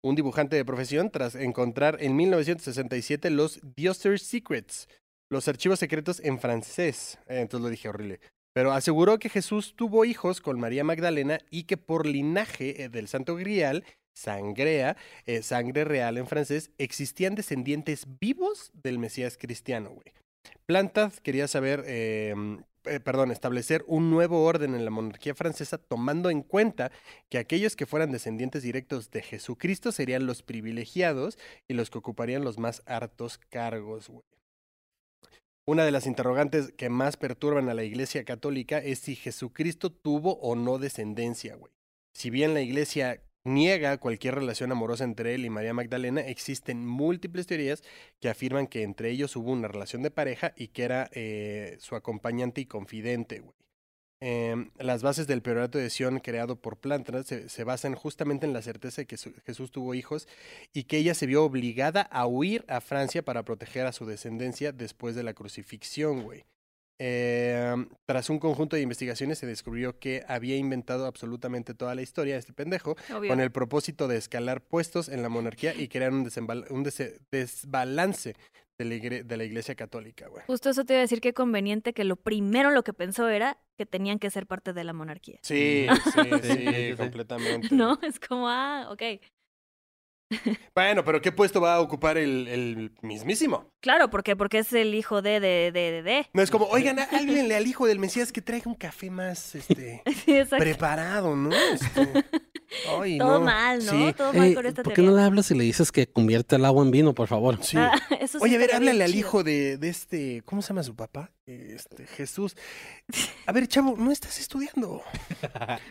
Speaker 3: un dibujante de profesión, tras encontrar en 1967 los Dioser Secrets, los archivos secretos en francés. Eh, entonces lo dije horrible. Pero aseguró que Jesús tuvo hijos con María Magdalena y que por linaje eh, del Santo Grial, sangrea, eh, sangre real en francés, existían descendientes vivos del Mesías cristiano, güey. Plantaz quería saber, eh, eh, perdón, establecer un nuevo orden en la monarquía francesa tomando en cuenta que aquellos que fueran descendientes directos de Jesucristo serían los privilegiados y los que ocuparían los más hartos cargos, güey. Una de las interrogantes que más perturban a la Iglesia Católica es si Jesucristo tuvo o no descendencia, güey. Si bien la Iglesia niega cualquier relación amorosa entre él y María Magdalena, existen múltiples teorías que afirman que entre ellos hubo una relación de pareja y que era eh, su acompañante y confidente, güey. Em, las bases del priorato de Sion creado por Plantas se, se basan justamente en la certeza de que su- Jesús tuvo hijos y que ella se vio obligada a huir a Francia para proteger a su descendencia después de la crucifixión, güey. Em, tras un conjunto de investigaciones se descubrió que había inventado absolutamente toda la historia este pendejo
Speaker 4: Obvio.
Speaker 3: con el propósito de escalar puestos en la monarquía y crear un, desembal- un dese- desbalance de la, igre- de la iglesia católica, güey.
Speaker 4: Justo eso te iba a decir que conveniente que lo primero lo que pensó era que tenían que ser parte de la monarquía.
Speaker 3: Sí,
Speaker 2: Sí, sí, sí.
Speaker 3: completamente.
Speaker 4: ¿No? Es como, ah, ok.
Speaker 3: Bueno, pero ¿qué puesto va a ocupar el, el mismísimo?
Speaker 4: Claro, ¿por qué? Porque es el hijo de, de, de, de, de.
Speaker 3: No es como, oigan, a- háblenle al hijo del Mesías que traiga un café más este,
Speaker 4: Sí, exacto.
Speaker 3: preparado, ¿no? Este, ay,
Speaker 4: Todo
Speaker 3: no.
Speaker 4: mal, ¿no?
Speaker 3: Sí.
Speaker 4: Todo mal
Speaker 2: Ey,
Speaker 4: con esta
Speaker 2: ¿Por qué
Speaker 4: teoría.
Speaker 2: no le hablas y le dices que convierte el agua en vino, por favor?
Speaker 3: Sí.
Speaker 4: Ah, eso sí
Speaker 3: Oye, a ver,
Speaker 4: estaría bien
Speaker 3: háblale al
Speaker 4: chido.
Speaker 3: hijo de, de este, ¿cómo se llama su papá? Este, Jesús. A ver, chavo, no estás estudiando.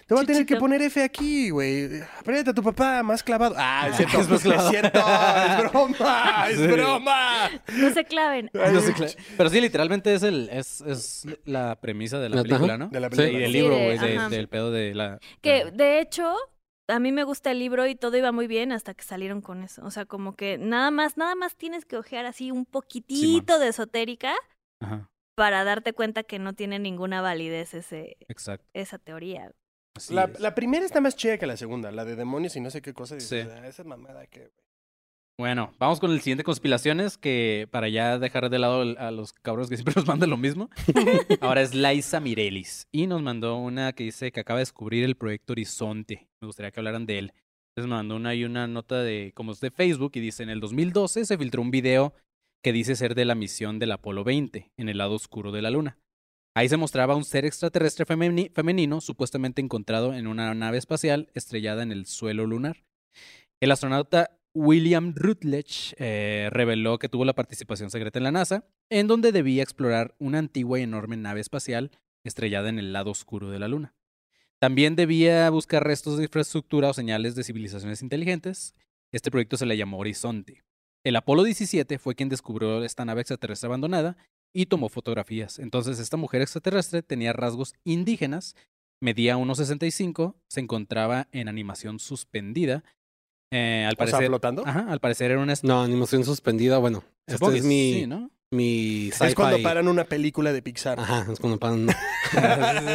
Speaker 3: Te voy a tener que
Speaker 4: Chuchito.
Speaker 3: poner F aquí, güey. Apriétate a tu papá más clavado. Ah, es cierto,
Speaker 2: Es más clavado.
Speaker 3: es cierto, es broma, es
Speaker 1: Sí.
Speaker 3: broma.
Speaker 4: No se claven.
Speaker 3: Ay,
Speaker 1: No sé, cla- pero sí, literalmente es el es, es la premisa de la
Speaker 2: Ajá.
Speaker 1: película, ¿no?
Speaker 3: De la
Speaker 1: Y
Speaker 3: película.
Speaker 1: del
Speaker 4: Sí,
Speaker 1: libro,
Speaker 4: de-
Speaker 1: güey, de-
Speaker 4: ajá.
Speaker 1: del pedo de la...
Speaker 4: Que de hecho, a mí me gusta el libro y todo iba muy bien hasta que salieron con eso. O sea, como que nada más, nada más tienes que ojear así un poquitito de esotérica
Speaker 1: Ajá,
Speaker 4: para darte cuenta que no tiene ninguna validez ese,
Speaker 1: exacto.
Speaker 4: esa teoría.
Speaker 1: Así
Speaker 3: La,
Speaker 1: es.
Speaker 3: la primera está más chida que la segunda, la de demonios y no sé qué cosa. dices,
Speaker 1: Sí.
Speaker 3: "Ah, Esa mamada que...
Speaker 1: Bueno, vamos con el siguiente conspiraciones, que para ya dejar de lado el- a los cabros que siempre nos mandan lo mismo, ahora es Laisa Mirelis. Y nos mandó una que dice que acaba de descubrir el proyecto Horizonte. Me gustaría que hablaran de él. Entonces me mandó una y una nota de, como es de Facebook, y dice, en el 2012 se filtró un video que dice ser de la misión del Apolo 20, en el lado oscuro de la Luna. Ahí se mostraba un ser extraterrestre femeni- femenino supuestamente encontrado en una nave espacial estrellada en el suelo lunar. El astronauta William Rutledge eh, reveló que tuvo la participación secreta en la NASA, en donde debía explorar una antigua y enorme nave espacial estrellada en el lado oscuro de la Luna. También debía buscar restos de infraestructura o señales de civilizaciones inteligentes. Este proyecto se le llamó Horizonte. El Apolo 17 fue quien descubrió esta nave extraterrestre abandonada y tomó fotografías. Entonces, esta mujer extraterrestre tenía rasgos indígenas, medía 1,65, se encontraba en animación suspendida. Eh, al
Speaker 3: O sea,
Speaker 1: parecer,
Speaker 3: flotando. Este
Speaker 1: Ajá, al parecer era una... est-
Speaker 2: No, animación suspendida, bueno. Este
Speaker 1: supongo
Speaker 2: es
Speaker 1: que
Speaker 2: mi,
Speaker 1: sí, ¿no?
Speaker 2: mi
Speaker 3: Es cuando
Speaker 2: sci-fi.
Speaker 3: paran una película de Pixar.
Speaker 2: Ajá, es cuando paran. no.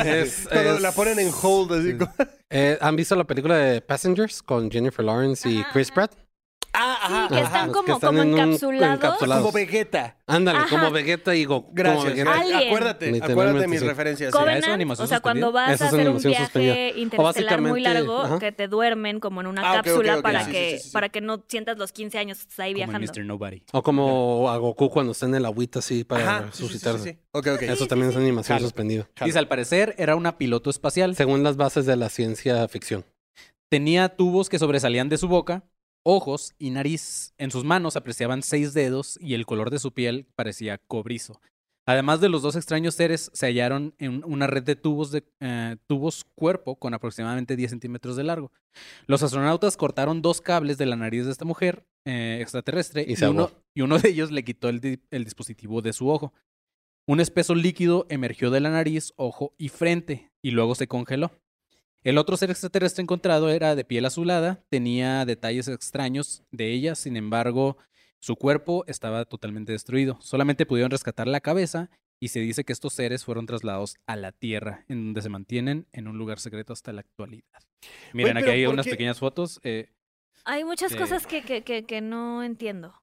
Speaker 2: Es-
Speaker 3: Cuando
Speaker 2: es-
Speaker 3: la ponen en hold, así
Speaker 2: Sí.
Speaker 3: como-
Speaker 2: Eh, ¿Han visto la película de Passengers con Jennifer Lawrence y
Speaker 4: Ajá,
Speaker 2: Chris
Speaker 4: ajá.
Speaker 2: Pratt?
Speaker 3: Ah,
Speaker 4: Sí,
Speaker 2: ajá,
Speaker 4: que están
Speaker 2: los
Speaker 4: como,
Speaker 2: que están
Speaker 4: como
Speaker 2: en un-
Speaker 4: encapsulados.
Speaker 2: encapsulados.
Speaker 3: Como Vegeta.
Speaker 2: Ándale,
Speaker 4: Ajá.
Speaker 2: como Vegeta y Goku.
Speaker 3: Gracias.
Speaker 2: Como Vegeta.
Speaker 3: gracias.
Speaker 4: Alien.
Speaker 3: Acuérdate, acuérdate de
Speaker 2: Literalmente,
Speaker 3: mis
Speaker 2: sí.
Speaker 3: referencias.
Speaker 1: Coven-
Speaker 4: Covenant,
Speaker 1: eso es animación
Speaker 4: o sea, cuando
Speaker 1: suspendida.
Speaker 4: vas
Speaker 2: Eso
Speaker 4: a
Speaker 2: es
Speaker 4: hacer un
Speaker 2: animación
Speaker 4: viaje
Speaker 2: suspendida.
Speaker 4: interestelar muy
Speaker 2: básicamente,
Speaker 4: largo,
Speaker 2: ajá.
Speaker 4: que te duermen como en una
Speaker 3: Ah, ok, ok,
Speaker 4: cápsula
Speaker 3: ok,
Speaker 4: para
Speaker 3: sí,
Speaker 4: que
Speaker 3: sí, sí, sí.
Speaker 4: para que no sientas los 15 años que estás ahí
Speaker 1: Como en
Speaker 4: viajando.
Speaker 1: Mr. Nobody.
Speaker 2: O como a Goku cuando está en el agüita así para
Speaker 3: Ajá, sí, sí, sí,
Speaker 2: suscitarse.
Speaker 3: sí, sí. Ok, ok.
Speaker 2: Eso también es animación
Speaker 1: Jalo.
Speaker 2: suspendida.
Speaker 1: Dice, al parecer era una piloto espacial.
Speaker 2: Según las bases de la ciencia ficción.
Speaker 1: Tenía tubos que sobresalían de su boca, ojos y nariz. En sus manos apreciaban seis dedos y el color de su piel parecía cobrizo. Además de los dos extraños seres, se hallaron en una red de tubos, de, eh, tubos cuerpo con aproximadamente 10 centímetros de largo. Los astronautas cortaron dos cables de la nariz de esta mujer eh, extraterrestre
Speaker 2: Y
Speaker 1: y,
Speaker 2: se
Speaker 1: uno,
Speaker 2: ahogó.
Speaker 1: y uno de ellos le quitó el, di- el dispositivo de su ojo. Un espeso líquido emergió de la nariz, ojo y frente y luego se congeló. El otro ser extraterrestre encontrado era de piel azulada, tenía detalles extraños de ella, sin embargo, su cuerpo estaba totalmente destruido. Solamente pudieron rescatar la cabeza y se dice que estos seres fueron trasladados a la Tierra, en donde se mantienen en un lugar secreto hasta la actualidad. Miren, aquí
Speaker 3: Güey, pero
Speaker 1: hay
Speaker 3: ¿por
Speaker 1: unas
Speaker 3: qué?
Speaker 1: pequeñas fotos. eh,
Speaker 4: Hay muchas
Speaker 1: Sí.
Speaker 4: cosas que, que, que, que no entiendo.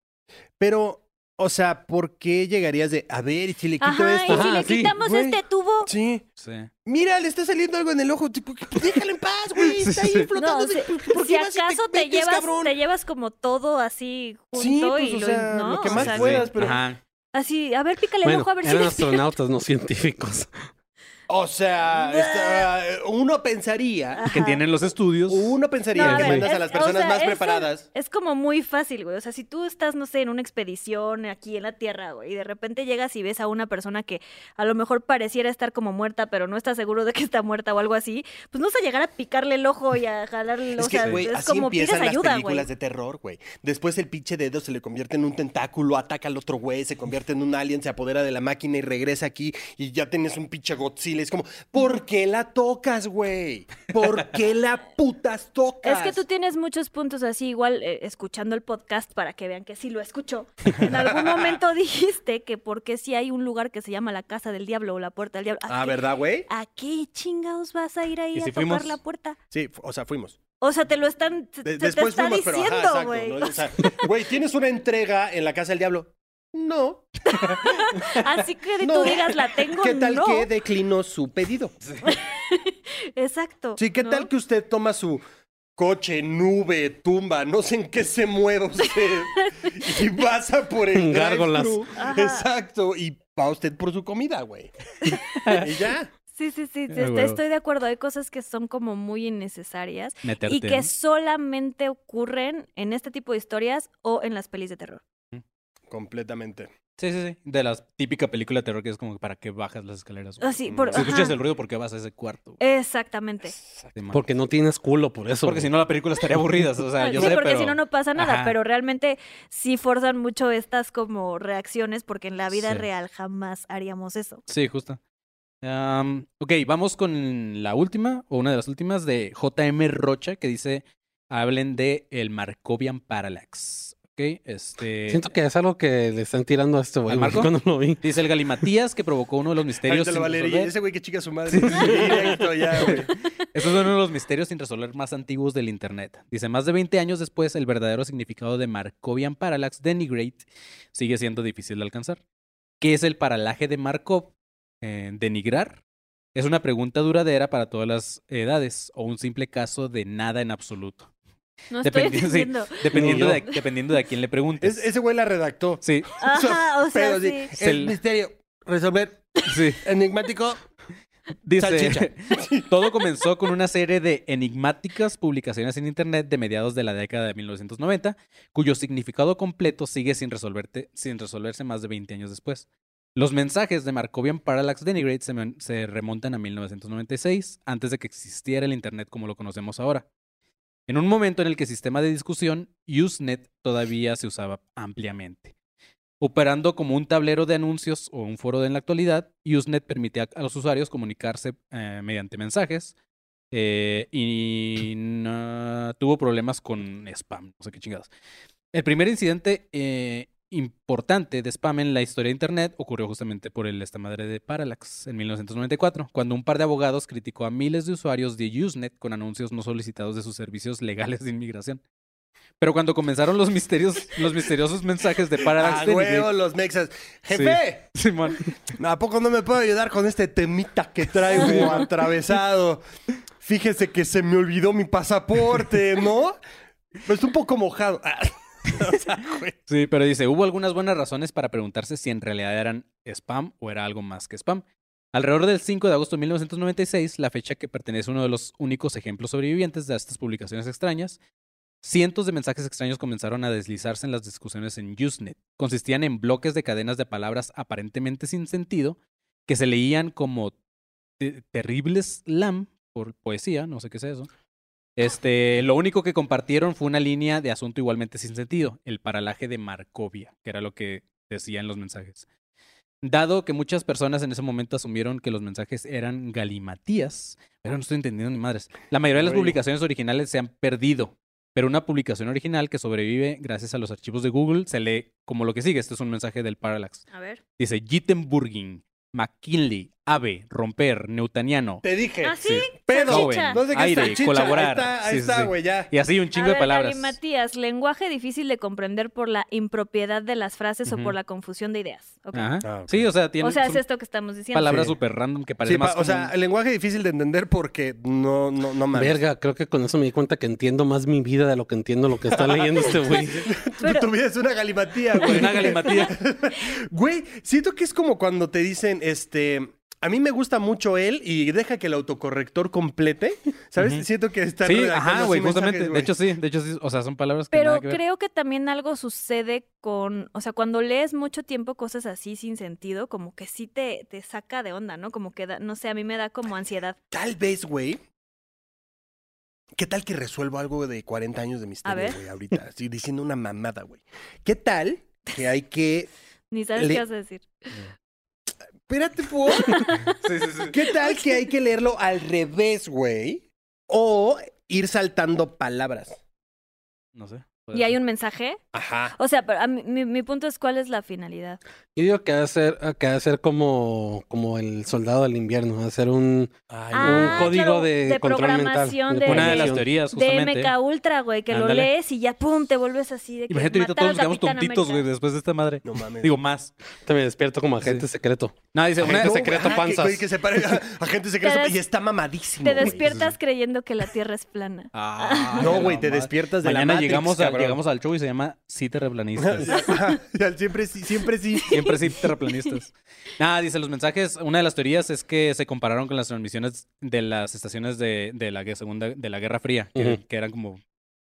Speaker 3: Pero, o sea, ¿por qué llegarías de, a ver, y si le quito
Speaker 4: Ajá,
Speaker 3: esto?
Speaker 4: y si
Speaker 2: Ajá,
Speaker 4: le
Speaker 2: sí,
Speaker 4: quitamos
Speaker 3: Ah, güey.
Speaker 4: este tubo.
Speaker 3: Sí.
Speaker 1: sí.
Speaker 3: Mira, le está saliendo algo en el ojo. tipo, "Pues, Déjalo en paz, güey. Está ahí
Speaker 1: Sí, sí.
Speaker 3: flotando.
Speaker 4: No,
Speaker 3: de-
Speaker 4: si-
Speaker 3: ¿por
Speaker 4: si
Speaker 3: qué vas y
Speaker 4: acaso te,
Speaker 3: metes,
Speaker 4: llevas,
Speaker 3: cabrón?
Speaker 4: te llevas como todo así junto
Speaker 3: Sí, pues,
Speaker 4: y
Speaker 3: o
Speaker 4: lo,
Speaker 3: sea,
Speaker 4: ¿no?
Speaker 3: lo que
Speaker 4: O
Speaker 3: más
Speaker 4: sea,
Speaker 3: puedas. pero-
Speaker 1: Ajá.
Speaker 4: Así, a ver, pícale el
Speaker 2: Bueno,
Speaker 4: ojo a ver si
Speaker 2: eran
Speaker 4: despierta.
Speaker 2: astronautas, no científicos.
Speaker 3: O sea, está- uno pensaría.
Speaker 1: Que tienen los estudios.
Speaker 3: Uno pensaría
Speaker 2: No, a
Speaker 3: que
Speaker 2: ver,
Speaker 3: mandas a
Speaker 4: es-
Speaker 3: las
Speaker 4: o
Speaker 3: personas
Speaker 4: sea,
Speaker 3: más
Speaker 4: eso-
Speaker 3: preparadas.
Speaker 4: Es como muy fácil, güey. O sea, si tú estás, no sé, en una expedición aquí en la Tierra, güey, y de repente llegas y ves a una persona que a lo mejor pareciera estar como muerta, pero no estás seguro de que está muerta o algo así, pues no vas a llegar a picarle el ojo y a jalarle el ojo.
Speaker 3: Es que, güey,
Speaker 4: es
Speaker 3: así
Speaker 4: como pides
Speaker 3: empiezan las
Speaker 4: ayuda, güey.
Speaker 3: películas de terror, güey. Después el pinche dedo se le convierte en un tentáculo, ataca al otro güey, se convierte en un alien, se apodera de la máquina y regresa aquí y ya tienes un pinche Godzilla. Es como, ¿por qué la tocas, güey? ¿Por qué la putas tocas?
Speaker 4: Es que tú tienes muchos puntos así, igual eh, escuchando el podcast para que vean que sí lo escucho. En algún momento dijiste que porque si hay un lugar que se llama la casa del diablo o la puerta del diablo. ¿a
Speaker 3: Ah,
Speaker 4: qué-
Speaker 3: ¿verdad, güey?
Speaker 4: ¿A qué chingados vas a ir ahí
Speaker 1: ¿Y
Speaker 4: a
Speaker 1: si
Speaker 4: tocar
Speaker 1: fuimos?
Speaker 4: la puerta?
Speaker 3: Sí, fu- o sea, fuimos.
Speaker 4: O sea, te lo están. se-
Speaker 3: De-
Speaker 4: se te
Speaker 3: después
Speaker 4: está
Speaker 3: fuimos, pero ajá,
Speaker 4: diciendo,
Speaker 3: exacto,
Speaker 4: güey.
Speaker 3: ¿no? O sea, güey, ¿tienes una entrega en la casa del diablo? No.
Speaker 4: Así que
Speaker 3: No.
Speaker 4: tú digas, la tengo.
Speaker 3: ¿Qué tal
Speaker 4: no.
Speaker 3: que declinó su pedido?
Speaker 4: Exacto.
Speaker 3: Sí, ¿qué
Speaker 4: ¿no?
Speaker 3: tal que usted toma su coche, nube, tumba, no sé en qué se mueva usted y pasa por el
Speaker 2: Gárgolas.
Speaker 3: drive-thru?
Speaker 4: Ajá.
Speaker 3: Exacto, y va usted por su comida, güey. y ya.
Speaker 4: Sí, sí, sí.
Speaker 1: Ah,
Speaker 4: te-
Speaker 1: huevo.
Speaker 4: estoy de acuerdo. Hay cosas que son como muy innecesarias.
Speaker 1: Meterte.
Speaker 4: y que
Speaker 1: ¿no?
Speaker 4: solamente ocurren en este tipo de historias o en las pelis de terror.
Speaker 3: Completamente.
Speaker 1: Sí, sí, sí. De la típica película de terror que es como para que bajas las escaleras. güey.
Speaker 4: Así, Ah, por,
Speaker 1: Si escuchas
Speaker 4: ajá. Este.
Speaker 1: el ruido, ¿por qué vas a ese cuarto? güey?
Speaker 4: Exactamente.
Speaker 1: De madre.
Speaker 2: Porque no tienes culo por eso.
Speaker 1: Porque si no, la película estaría aburrida. O sea, yo
Speaker 4: sí,
Speaker 1: sé,
Speaker 4: porque
Speaker 1: pero...
Speaker 4: si no, no pasa nada,
Speaker 1: Ajá.
Speaker 4: pero realmente sí forzan mucho estas como reacciones porque en la vida
Speaker 1: Sí.
Speaker 4: real jamás haríamos eso.
Speaker 1: Sí, justo. Am, ok, vamos con la última, o una de las últimas, de JM Rocha, que dice, hablen de el Markovian Parallax. Ok,
Speaker 3: eh,
Speaker 1: este...
Speaker 2: Siento que es algo que le están tirando a este güey
Speaker 1: ¿Al
Speaker 2: güey,
Speaker 1: Marco?
Speaker 2: cuando lo vi.
Speaker 1: Dice el Galimatías, que provocó uno de los misterios
Speaker 3: Ahorita lo
Speaker 1: sin
Speaker 3: va a leer y
Speaker 1: resolver.
Speaker 3: ese güey que chica su madre. Directo ya, güey.
Speaker 1: Ese es uno de los misterios sin resolver más antiguos del Internet. Dice, más de 20 años después, el verdadero significado de Markovian Parallax Denigrate sigue siendo difícil de alcanzar. ¿Qué es el paralaje de Markov? Eh, ¿Denigrar? Es una pregunta duradera para todas las edades o un simple caso de nada en absoluto.
Speaker 4: No estoy
Speaker 1: Dependiendo, sí,
Speaker 4: entendiendo.
Speaker 1: dependiendo,
Speaker 2: Ni
Speaker 1: de, dependiendo de a quién le preguntes.
Speaker 3: Es- ese güey la redactó.
Speaker 1: Sí,
Speaker 4: Ajá, o sea,
Speaker 3: Pero sí,
Speaker 4: sí.
Speaker 1: Se
Speaker 3: el
Speaker 1: le-
Speaker 3: misterio. Resolver
Speaker 1: sí.
Speaker 3: enigmático.
Speaker 1: Dice,
Speaker 3: Salchicha.
Speaker 1: todo comenzó con una serie de enigmáticas publicaciones en Internet de mediados de la década de 1990, cuyo significado completo sigue sin, resolverte, sin resolverse más de 20 años después. Los mensajes de Markovian Parallax Denigrate se, men- se remontan a 1996, antes de que existiera el Internet como lo conocemos ahora. En un momento en el que el sistema de discusión, Usenet, todavía se usaba ampliamente. Operando como un tablero de anuncios o un foro de en la actualidad, Usenet permite a, a los usuarios comunicarse eh, mediante mensajes eh, y no- tuvo problemas con spam, no sé qué chingadas. El primer incidente eh, importante de spam en la historia de Internet ocurrió justamente por el esta madre de Parallax en 1994, cuando un par de abogados criticó a miles de usuarios de Usenet con anuncios no solicitados de sus servicios legales de inmigración. Pero cuando comenzaron los misterios, los misteriosos mensajes de Parallax
Speaker 3: A
Speaker 1: Denigrate-
Speaker 3: huevo los mexas. Jefe,
Speaker 1: Simón.
Speaker 3: ¿A poco no me puedo ayudar con este temita que traigo atravesado? Fíjese que se me olvidó mi pasaporte, ¿no? Pero está un poco mojado. Ah, o sea, güey.
Speaker 1: Sí, pero dice, hubo algunas buenas razones para preguntarse si en realidad eran spam o era algo más que spam. Alrededor del 5 de agosto de 1996, la fecha que pertenece a uno de los únicos ejemplos sobrevivientes de estas publicaciones extrañas, cientos de mensajes extraños comenzaron a deslizarse en las discusiones en Usenet. Consistían en bloques de cadenas de palabras aparentemente sin sentido que se leían como te- terribles lam por poesía, no sé qué es eso. Este, lo único que compartieron fue una línea de asunto igualmente sin sentido, el paralaje de Markovia, que era lo que decía en los mensajes. Dado que muchas personas en ese momento asumieron que los mensajes eran galimatías, pero no estoy entendiendo ni madres. La mayoría de las
Speaker 3: Güey.
Speaker 1: publicaciones originales se han perdido, pero una publicación original que sobrevive gracias a los Este archivos de Google se lee como lo que sigue. Esto es un mensaje del Parallax.
Speaker 4: A ver.
Speaker 1: Dice Gittenburgin, McKinley, AVE, romper, Newtoniano.
Speaker 3: Te dije.
Speaker 4: ¿Ah, sí?
Speaker 3: Pedo.
Speaker 4: Salchicha.
Speaker 3: No sé qué es
Speaker 1: Aire,
Speaker 3: salchicha.
Speaker 1: colaborar.
Speaker 3: Ahí está,
Speaker 1: Sí,
Speaker 3: ahí
Speaker 1: sí,
Speaker 3: está,
Speaker 1: sí.
Speaker 3: güey, ya.
Speaker 1: Y así un chingo
Speaker 4: A
Speaker 1: de
Speaker 4: ver,
Speaker 1: palabras.
Speaker 4: Dani Matías, lenguaje difícil de comprender por la impropiedad de las frases
Speaker 1: Ujú.
Speaker 4: o por la confusión de ideas. Ok.
Speaker 1: Ajá.
Speaker 3: Ah, ok.
Speaker 1: Sí, o sea, tiene
Speaker 4: O sea, es
Speaker 1: son
Speaker 4: esto que estamos diciendo.
Speaker 1: palabras
Speaker 3: Sí.
Speaker 1: súper random que
Speaker 3: Sí,
Speaker 1: parecen
Speaker 3: pa-
Speaker 1: más
Speaker 3: o sea,
Speaker 1: como-
Speaker 3: el lenguaje difícil de entender porque no, no, no mames.
Speaker 2: Verga, creo que con eso me di cuenta que entiendo más mi vida de lo que entiendo lo que está leyendo este güey.
Speaker 3: Tu-
Speaker 4: Pero-
Speaker 3: Tu vida es una galimatía, güey.
Speaker 1: Una galimatía.
Speaker 3: Güey, siento que es como cuando te dicen, este. A mí me gusta mucho él y deja que el autocorrector complete. ¿Sabes? Siento que está.
Speaker 1: Sí,
Speaker 3: redactando
Speaker 1: ajá,
Speaker 3: así
Speaker 1: güey,
Speaker 3: mensajes,
Speaker 1: justamente. De
Speaker 3: güey.
Speaker 1: hecho, sí, de hecho, sí. O sea, son palabras que
Speaker 4: Pero
Speaker 1: nada que ver.
Speaker 4: creo que también algo sucede con, o sea, cuando lees mucho tiempo cosas así sin sentido, como que sí te, te saca de onda, ¿no? Como que, da- no sé, a mí me da como ansiedad.
Speaker 3: Tal vez, güey. ¿Qué tal que resuelvo algo de 40 años de misterio,
Speaker 4: ver.
Speaker 3: güey, ahorita? Estoy diciendo una mamada, güey. ¿Qué tal que hay que.
Speaker 4: Ni sabes
Speaker 3: Le-
Speaker 4: qué vas a decir.
Speaker 3: Espérate, por. ¿Qué tal que hay que leerlo al revés, güey? O ir saltando palabras.
Speaker 1: No sé. puede
Speaker 4: ¿Y hay
Speaker 1: ser.
Speaker 4: un mensaje?
Speaker 3: Ajá.
Speaker 4: O sea, pero a mí- mi, mi punto es cuál es la finalidad.
Speaker 2: Yo digo que va a ser, ah, que ha de ser como, como el soldado del invierno, va a ser un,
Speaker 4: Ah,
Speaker 2: un código
Speaker 4: claro,
Speaker 2: de,
Speaker 4: de
Speaker 2: control mental.
Speaker 4: programación de-
Speaker 1: Una de las
Speaker 2: programación.
Speaker 1: teorías,
Speaker 4: De
Speaker 1: justamente.
Speaker 4: MK Ultra, güey, que lo
Speaker 1: Ándale.
Speaker 4: lees y ya, pum, te vuelves así de que
Speaker 1: Imagínate, ahorita
Speaker 4: matar
Speaker 1: todos
Speaker 4: al
Speaker 1: nos quedamos
Speaker 4: Capitán
Speaker 1: tontitos, güey,
Speaker 4: América.
Speaker 1: después de esta madre.
Speaker 3: No mames.
Speaker 1: Digo, más.
Speaker 2: Te me despierto como agente
Speaker 1: Sí.
Speaker 2: secreto.
Speaker 1: No, dice, una
Speaker 3: No,
Speaker 2: Agente secreto,
Speaker 3: ajá, que-
Speaker 4: Ah,
Speaker 2: panzas.
Speaker 3: güey, que se pare- agente secreto
Speaker 4: des-
Speaker 3: y está mamadísimo.
Speaker 4: Te
Speaker 3: güey.
Speaker 4: despiertas creyendo que la Tierra es plana.
Speaker 1: Ah,
Speaker 3: No,
Speaker 1: la
Speaker 3: güey, te
Speaker 1: madre.
Speaker 3: despiertas de la
Speaker 1: Mañana
Speaker 3: Matrix,
Speaker 1: llegamos, a-
Speaker 3: cabrón.
Speaker 1: llegamos al show y se llama Sí Terraplanistas.
Speaker 3: Ajá, siempre sí, siempre sí.
Speaker 1: Siempre sí terraplanistas. Nada, dice, los mensajes, una de las teorías es que se compararon con las transmisiones de las estaciones de, de la gue- segunda, de la Guerra Fría, que,
Speaker 2: Ujú.
Speaker 1: que eran como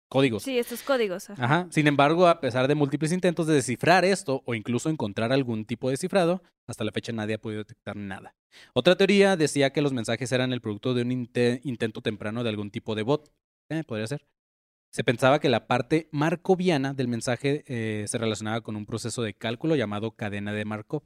Speaker 1: códigos.
Speaker 4: Sí, estos códigos. ajá.
Speaker 1: Ajá. Sin embargo, a pesar de múltiples intentos de descifrar esto o incluso encontrar algún tipo de cifrado, hasta la fecha nadie ha podido detectar nada. Otra teoría decía que los mensajes eran el producto de un inte- intento temprano de algún tipo de bot. Eh, podría ser. Se pensaba que la parte markoviana del mensaje eh, se relacionaba con un proceso de cálculo llamado cadena de Markov,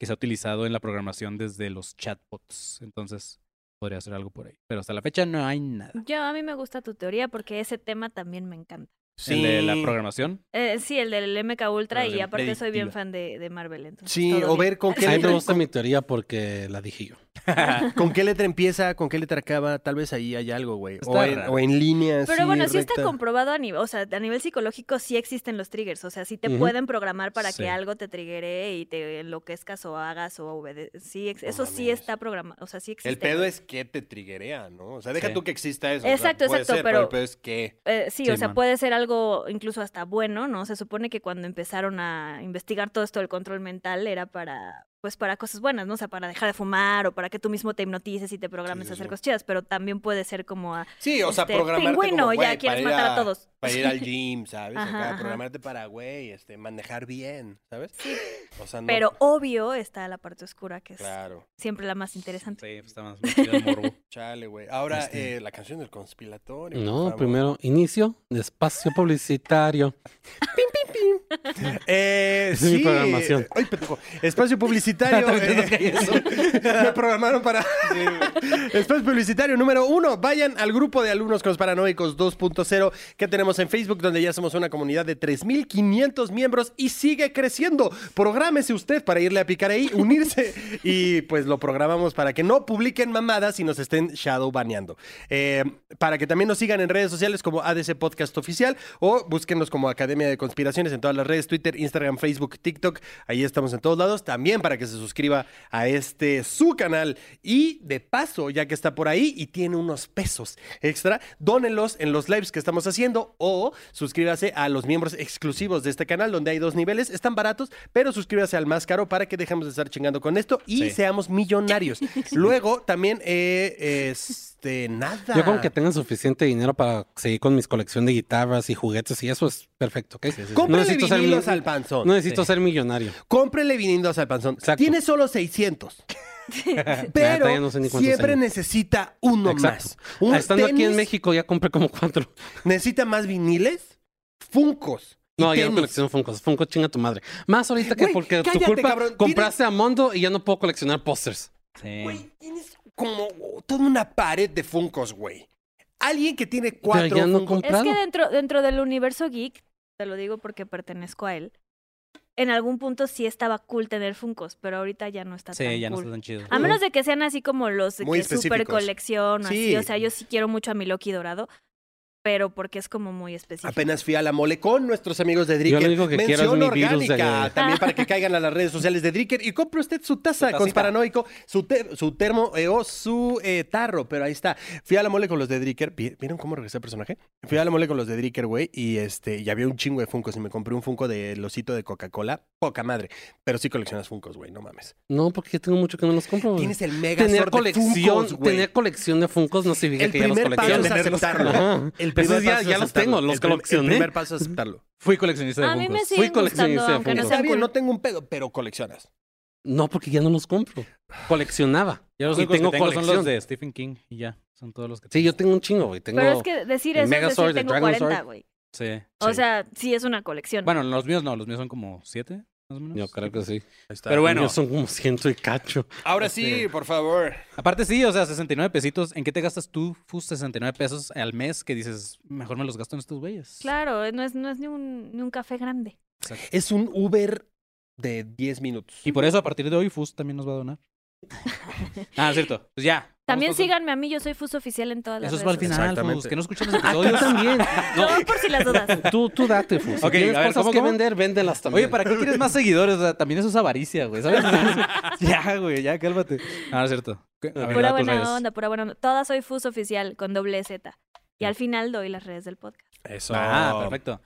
Speaker 1: que se ha utilizado en la programación desde los chatbots. Entonces, podría ser algo por ahí. Pero hasta la fecha no hay nada.
Speaker 4: Yo, a mí me gusta tu teoría porque ese tema también me encanta.
Speaker 1: El de la programación.
Speaker 4: Eh, sí, el del MK Ultra
Speaker 1: Programación
Speaker 4: y aparte soy bien
Speaker 1: predictiva.
Speaker 4: fan de, de Marvel. Entonces,
Speaker 3: Sí,
Speaker 4: todo
Speaker 3: o
Speaker 4: bien.
Speaker 3: ver con qué,
Speaker 2: A mí me
Speaker 3: letra,
Speaker 2: gusta mi teoría porque la dije yo.
Speaker 3: con qué letra empieza, con qué letra acaba, tal vez ahí hay algo, güey. O,
Speaker 1: Está
Speaker 3: en-
Speaker 1: raro.
Speaker 3: Ah, o en líneas.
Speaker 4: Pero bueno, sí está comprobado a nivel, o sea, a nivel psicológico sí existen los triggers, o sea, sí te
Speaker 2: Ujú.
Speaker 4: pueden programar para
Speaker 1: Sí.
Speaker 4: que algo te triggere y te enloquezcas o hagas o obedezcas. Sí, ex-
Speaker 3: No
Speaker 4: eso sí
Speaker 3: mames.
Speaker 4: está programado, o sea, sí existe.
Speaker 5: El pedo
Speaker 4: güey.
Speaker 5: es que te triguea, ¿no? O sea, deja
Speaker 1: Sí.
Speaker 5: tú que exista eso. o sea,
Speaker 4: Exacto,
Speaker 5: puede
Speaker 4: exacto,
Speaker 5: ser,
Speaker 4: pero-
Speaker 5: el pedo es que...
Speaker 4: Eh, sí,
Speaker 1: Sí,
Speaker 4: o sea,
Speaker 1: man.
Speaker 4: puede ser algo incluso hasta bueno, ¿no? Se supone que cuando empezaron a investigar todo esto del control mental era para, pues para cosas buenas, ¿no? O sea, para dejar de fumar o para que tú mismo te hipnotices y te programes
Speaker 5: sí,
Speaker 4: a hacer
Speaker 5: sí.
Speaker 4: cosas chidas, pero también puede ser como a,
Speaker 5: Sí, o sea,
Speaker 4: Este,
Speaker 5: programarte
Speaker 4: pingüino,
Speaker 5: como,
Speaker 4: ya
Speaker 5: güey, para
Speaker 4: quieres
Speaker 5: ir
Speaker 4: matar a todos.
Speaker 5: Para ir al gym, ¿sabes?
Speaker 4: Ajá,
Speaker 5: Acá,
Speaker 4: ajá.
Speaker 5: programarte para, güey, este, manejar bien, ¿sabes? O sea, no...
Speaker 4: pero obvio está la parte oscura que es
Speaker 5: Claro.
Speaker 4: siempre la más interesante.
Speaker 1: Sí, pues, está más, más chido el morbo.
Speaker 5: Chale, güey. Ahora,
Speaker 1: Este-
Speaker 5: eh, la canción del conspiratorio. por
Speaker 2: No,
Speaker 5: favor.
Speaker 2: primero inicio de espacio publicitario.
Speaker 3: Eh,
Speaker 2: Esa es mi
Speaker 3: sí.
Speaker 2: programación.
Speaker 3: Ay, pendejo. Espacio publicitario. eh, me programaron para. Espacio publicitario número uno. Vayan al grupo de alumnos con los paranoicos 2.0 que tenemos en Facebook, donde ya somos una comunidad de 3.500 miembros y sigue creciendo. Prográmese usted para irle a picar ahí, unirse y pues lo programamos para que no publiquen mamadas y nos estén shadow baneando. Eh, para que también nos sigan en redes sociales como ADC Podcast Oficial o búsquenos como Academia de Conspiraciones en todas las redes, Twitter, Instagram, Facebook, TikTok. Ahí estamos en todos lados. También para que se suscriba a este su canal. Y de paso, ya que está por ahí y tiene unos pesos extra, dónenlos en los lives que estamos haciendo o suscríbase a los miembros exclusivos de este canal donde hay dos niveles. Están baratos, pero suscríbase al más caro para que dejemos de estar chingando con esto y
Speaker 1: Sí.
Speaker 3: seamos millonarios. Luego también, eh, este, nada.
Speaker 2: Yo con que tengan suficiente dinero para seguir con mis colección de guitarras y juguetes y eso es perfecto, ¿ok?
Speaker 3: Cómprele
Speaker 2: ser
Speaker 3: vinilos
Speaker 2: mi-
Speaker 3: al panzón.
Speaker 2: No necesito
Speaker 1: Sí.
Speaker 2: ser millonario.
Speaker 3: Cómprele vinilos al panzón.
Speaker 2: Exacto.
Speaker 3: Tiene solo 600.
Speaker 2: neta,
Speaker 3: pero
Speaker 2: ya no sé ni cuántos
Speaker 3: siempre
Speaker 2: tengo.
Speaker 3: necesita uno
Speaker 2: Exacto. Ah,
Speaker 3: más. Un
Speaker 2: Estando aquí en
Speaker 3: tenis,
Speaker 2: México ya compré como cuatro.
Speaker 3: Necesita más viniles, funcos. y
Speaker 2: No, ya no
Speaker 3: tenis.
Speaker 2: colecciono Funko. Funko chinga tu madre. Más ahorita que
Speaker 3: Güey,
Speaker 2: porque tu
Speaker 3: cállate,
Speaker 2: culpa
Speaker 3: cabrón. Tienes-
Speaker 2: compraste a Mondo y ya no puedo coleccionar pósters.
Speaker 1: Sí.
Speaker 5: Güey, tienes como toda una pared de funcos, güey. Alguien que tiene cuatro
Speaker 2: ya no
Speaker 5: Funkos-
Speaker 2: comp- comprado.
Speaker 4: Es que dentro, dentro del universo geek, te lo digo porque pertenezco a él, en algún punto sí estaba cool tener Funkos, pero ahorita ya no está
Speaker 1: Sí,
Speaker 4: tan cool.
Speaker 1: ya no está tan chido.
Speaker 4: A menos de que sean así como los de
Speaker 3: Muy
Speaker 4: que super
Speaker 3: específicos.
Speaker 4: colección o
Speaker 3: Sí.
Speaker 4: así. O sea, yo sí quiero mucho a mi Loki dorado, pero porque es como
Speaker 1: Ah,
Speaker 4: muy específico.
Speaker 3: Apenas fui a la mole con nuestros amigos de Dricker.
Speaker 2: Yo lo único que quiero es
Speaker 3: Mención
Speaker 2: mi virus de-
Speaker 3: orgánica, también para que caigan a las redes sociales de Dricker. Y compre usted su taza
Speaker 1: Su
Speaker 3: con
Speaker 1: tacita.
Speaker 3: paranoico, su, te- su termo eh, o su eh, tarro. Pero ahí está. Fui a la mole con los de Dricker. Pi- ¿Vieron cómo regresé al personaje? Fui a la mole con los de Dricker, güey. Y este, y había un chingo de Funkos. Y me compré un Funko de losito de Coca-Cola. Poca madre. Pero sí coleccionas Funkos, güey. No mames.
Speaker 2: No, porque tengo mucho que no los compro. güey.
Speaker 3: Tienes el mega
Speaker 2: Tener
Speaker 3: sort de
Speaker 2: colección,
Speaker 3: Funkos, güey.
Speaker 2: tener colección de Funkos no significa
Speaker 3: El
Speaker 2: que ya los
Speaker 3: primer paso es
Speaker 2: colecciones.
Speaker 3: aceptarlo.
Speaker 2: Ajá.
Speaker 3: El primer
Speaker 2: Esos ya,
Speaker 3: paso es
Speaker 2: ya los tengo,
Speaker 3: aceptarlo.
Speaker 2: los
Speaker 3: El prim-
Speaker 2: coleccioné.
Speaker 3: El primer paso es aceptarlo.
Speaker 1: Fui coleccionista de
Speaker 4: a mí me
Speaker 1: Funkos.
Speaker 4: siguen
Speaker 2: coleccionista
Speaker 4: gustando,
Speaker 2: de
Speaker 4: aunque no
Speaker 2: Funkos.
Speaker 3: Está
Speaker 4: sean
Speaker 3: bien,
Speaker 4: cool.
Speaker 3: no tengo un pedo, pero coleccionas.
Speaker 2: No, porque ya no los compro. Coleccionaba.
Speaker 1: Yo los
Speaker 2: Y
Speaker 1: únicos
Speaker 2: tengo
Speaker 1: que tengo son los
Speaker 2: colección.
Speaker 1: de Stephen King y ya. Son todos los que
Speaker 2: Sí, yo tengo un chingo, güey. Tengo...
Speaker 4: Pero es que decir
Speaker 2: el
Speaker 4: eso es
Speaker 2: Megazord, el
Speaker 4: decir tengo
Speaker 2: Dragonzord.
Speaker 4: 40, güey.
Speaker 1: Sí.
Speaker 4: O
Speaker 2: Sí.
Speaker 4: sea, sí es una colección.
Speaker 1: Bueno, los míos no, los míos son como siete, más o menos.
Speaker 2: Yo creo que sí.
Speaker 1: Pero bueno,
Speaker 2: Yo son como ciento y cacho.
Speaker 3: Ahora sí, por favor.
Speaker 1: aparte sí, o sea, 69 pesitos. ¿En qué te gastas tú, Fus, 69 pesos al mes que dices, mejor me los gasto en estos güeyes?
Speaker 4: Claro, eh, no es, no es ni, un, ni un café grande.
Speaker 3: Es un Uber de 10 minutos.
Speaker 1: Y por eso a partir de hoy Fus también nos va a donar. ah, es cierto. Pues ya. Vamos
Speaker 4: También
Speaker 1: con-
Speaker 4: síganme a mí, yo soy Fuso Oficial en todas las
Speaker 1: Eso es para el
Speaker 4: redes sociales.
Speaker 1: final, Fus.
Speaker 3: Exactamente.
Speaker 1: Que no escuchan los episodios.
Speaker 2: también.
Speaker 4: No, por si las dudas.
Speaker 2: Tú, tú date, Fus. Si
Speaker 1: Ok,
Speaker 2: tienes
Speaker 1: a ver,
Speaker 2: cosas
Speaker 1: ¿cómo,
Speaker 2: que
Speaker 1: cómo?
Speaker 2: vender, véndelas también.
Speaker 1: Oye, ¿para qué quieres más seguidores? O sea, también eso es avaricia, güey, ¿sabes? ya, güey, ya, cálmate. Ah, no es cierto. A ver, da
Speaker 4: Pura
Speaker 1: tus
Speaker 4: buena
Speaker 1: redes.
Speaker 4: onda, pura buena onda. Todas soy Fuso Oficial con doble Z. Y al final doy las redes del podcast.
Speaker 3: Eso.
Speaker 1: Ah, perfecto.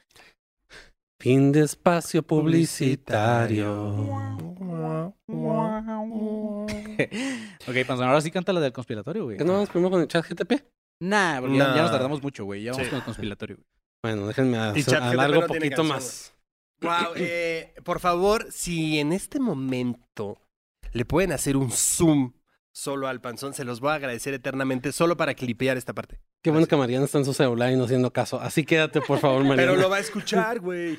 Speaker 2: Fin de espacio publicitario.
Speaker 1: Ok, Panzón, ahora sí canta la del conspiratorio, güey.
Speaker 2: ¿Qué no vamos primero con el chat GTP?
Speaker 1: Nah, porque ya-
Speaker 3: Nah.
Speaker 1: ya nos tardamos mucho, güey. Ya vamos
Speaker 3: Sí.
Speaker 1: con el conspiratorio, güey.
Speaker 2: Bueno, déjenme
Speaker 3: Y chat
Speaker 2: hacer-
Speaker 3: GTP
Speaker 2: alargo
Speaker 3: no
Speaker 2: un
Speaker 3: tiene
Speaker 2: poquito
Speaker 3: canción,
Speaker 2: más.
Speaker 3: Wow, eh, por favor, si en este momento le pueden hacer un zoom solo al panzón, se los voy a agradecer eternamente solo para clipear esta parte.
Speaker 2: Qué bueno que Mariana está en su celular y no haciendo caso. Así quédate, por favor, Mariana.
Speaker 3: Pero lo va a escuchar, güey.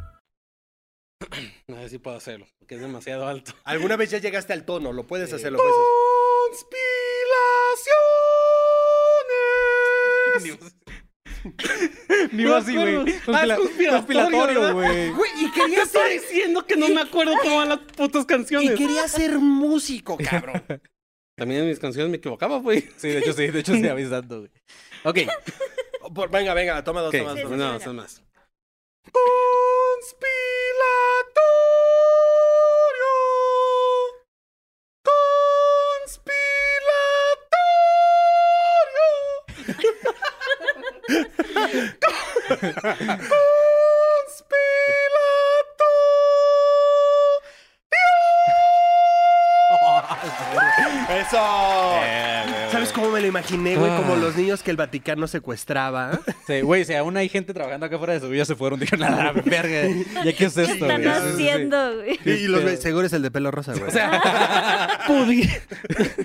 Speaker 2: A ver si puedo hacerlo, porque es demasiado alto.
Speaker 3: Alguna vez ya llegaste al tono, lo puedes hacer, lo puedes
Speaker 2: Conspiraciones.
Speaker 1: Ni iba así, güey.
Speaker 2: Ah,
Speaker 1: Conspira- Conspiratorio, güey.
Speaker 3: Güey, y quería
Speaker 2: Estoy diciendo que no me acuerdo cómo van las putas
Speaker 3: y
Speaker 2: canciones.
Speaker 3: quería ser músico, cabrón.
Speaker 2: También en mis canciones me equivocaba, güey.
Speaker 1: Sí, de hecho, sí, de hecho, sí, avisando, güey. Ok,
Speaker 3: Por- venga, venga, toma dos,
Speaker 2: Ok,
Speaker 3: toma dos.
Speaker 4: sí,
Speaker 2: no,
Speaker 4: sí.
Speaker 2: son más.
Speaker 3: ¡Eso! ¿Sabes cómo me lo imaginé, güey? Como los niños que el Vaticano secuestraba.
Speaker 1: sí, güey, si aún hay gente trabajando acá afuera de su vida, se fueron, dijeron, a la Ah, verga, ¿ya qué es esto,
Speaker 4: ¿Qué están
Speaker 1: güey?" Sí, sí, sí.
Speaker 4: haciendo? güey?
Speaker 3: y los ve- seguro es el de pelo rosa, güey.
Speaker 2: O sea, pudi-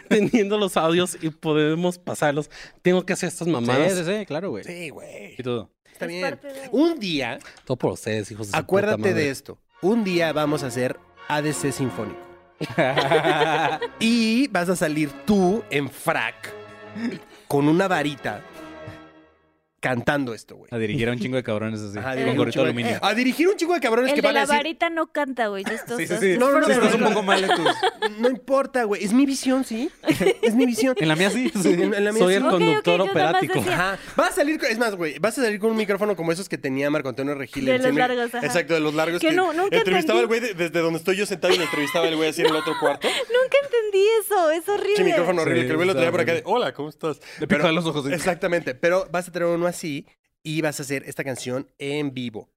Speaker 2: teniendo los audios y podemos pasarlos. Tengo que hacer estas mamadas.
Speaker 1: Sí, sí, sí, claro, güey.
Speaker 3: sí, güey.
Speaker 1: Y todo.
Speaker 3: Está
Speaker 4: Es
Speaker 3: bien.
Speaker 4: parte de-
Speaker 3: Un día,
Speaker 2: Todo por ustedes, hijos de su puta
Speaker 3: acuérdate
Speaker 2: madre.
Speaker 3: de esto. Un día vamos a hacer ADC Sinfónico. y vas a salir tú en frac con una varita cantando esto, güey.
Speaker 1: A dirigir a un chingo de cabrones así,
Speaker 3: Ajá,
Speaker 1: con
Speaker 3: dirigir un
Speaker 1: gorrito
Speaker 3: chingo
Speaker 1: de
Speaker 3: de- Ah,
Speaker 1: aluminio.
Speaker 3: A dirigir un chico de cabrones que
Speaker 4: Eh. El de
Speaker 3: van a
Speaker 4: la
Speaker 3: decir...
Speaker 4: varita no canta, güey. Estos
Speaker 1: Sí, sí,
Speaker 4: dos-
Speaker 1: sí.
Speaker 3: No, no, no,
Speaker 1: Sí, estás
Speaker 3: no,
Speaker 1: un
Speaker 3: no.
Speaker 1: poco mal de tus...
Speaker 3: No importa, güey. Es mi visión, ¿sí? Es mi visión.
Speaker 1: En la mía sí. sí.
Speaker 3: En- en la mía
Speaker 2: Soy
Speaker 3: sí.
Speaker 2: el
Speaker 4: Ok, ok,
Speaker 2: conductor
Speaker 4: yo nada más
Speaker 2: operático.
Speaker 4: decía-
Speaker 3: Ajá. Vas a salir, con- es más, güey, vas a salir con un micrófono como esos que tenía Marco Antonio Regil.
Speaker 4: De
Speaker 3: en
Speaker 4: los
Speaker 3: CM.
Speaker 4: largos, ajá.
Speaker 3: Exacto, de los largos.
Speaker 4: Que no- nunca
Speaker 3: entrevistaba
Speaker 4: entendí.
Speaker 3: al güey de- desde donde estoy yo sentado y lo entrevistaba el güey así en el otro cuarto.
Speaker 4: Nunca entendí eso. Es
Speaker 3: Che,
Speaker 4: horrible.
Speaker 3: micrófono horrible,
Speaker 1: Sí,
Speaker 3: que el güey lo tenía por acá de,
Speaker 1: horrible.
Speaker 3: hola, ¿cómo estás?
Speaker 1: Le
Speaker 3: Pero-
Speaker 1: picó los ojos. sí.
Speaker 3: Exactamente, pero vas a tener uno así y vas a hacer esta canción en vivo.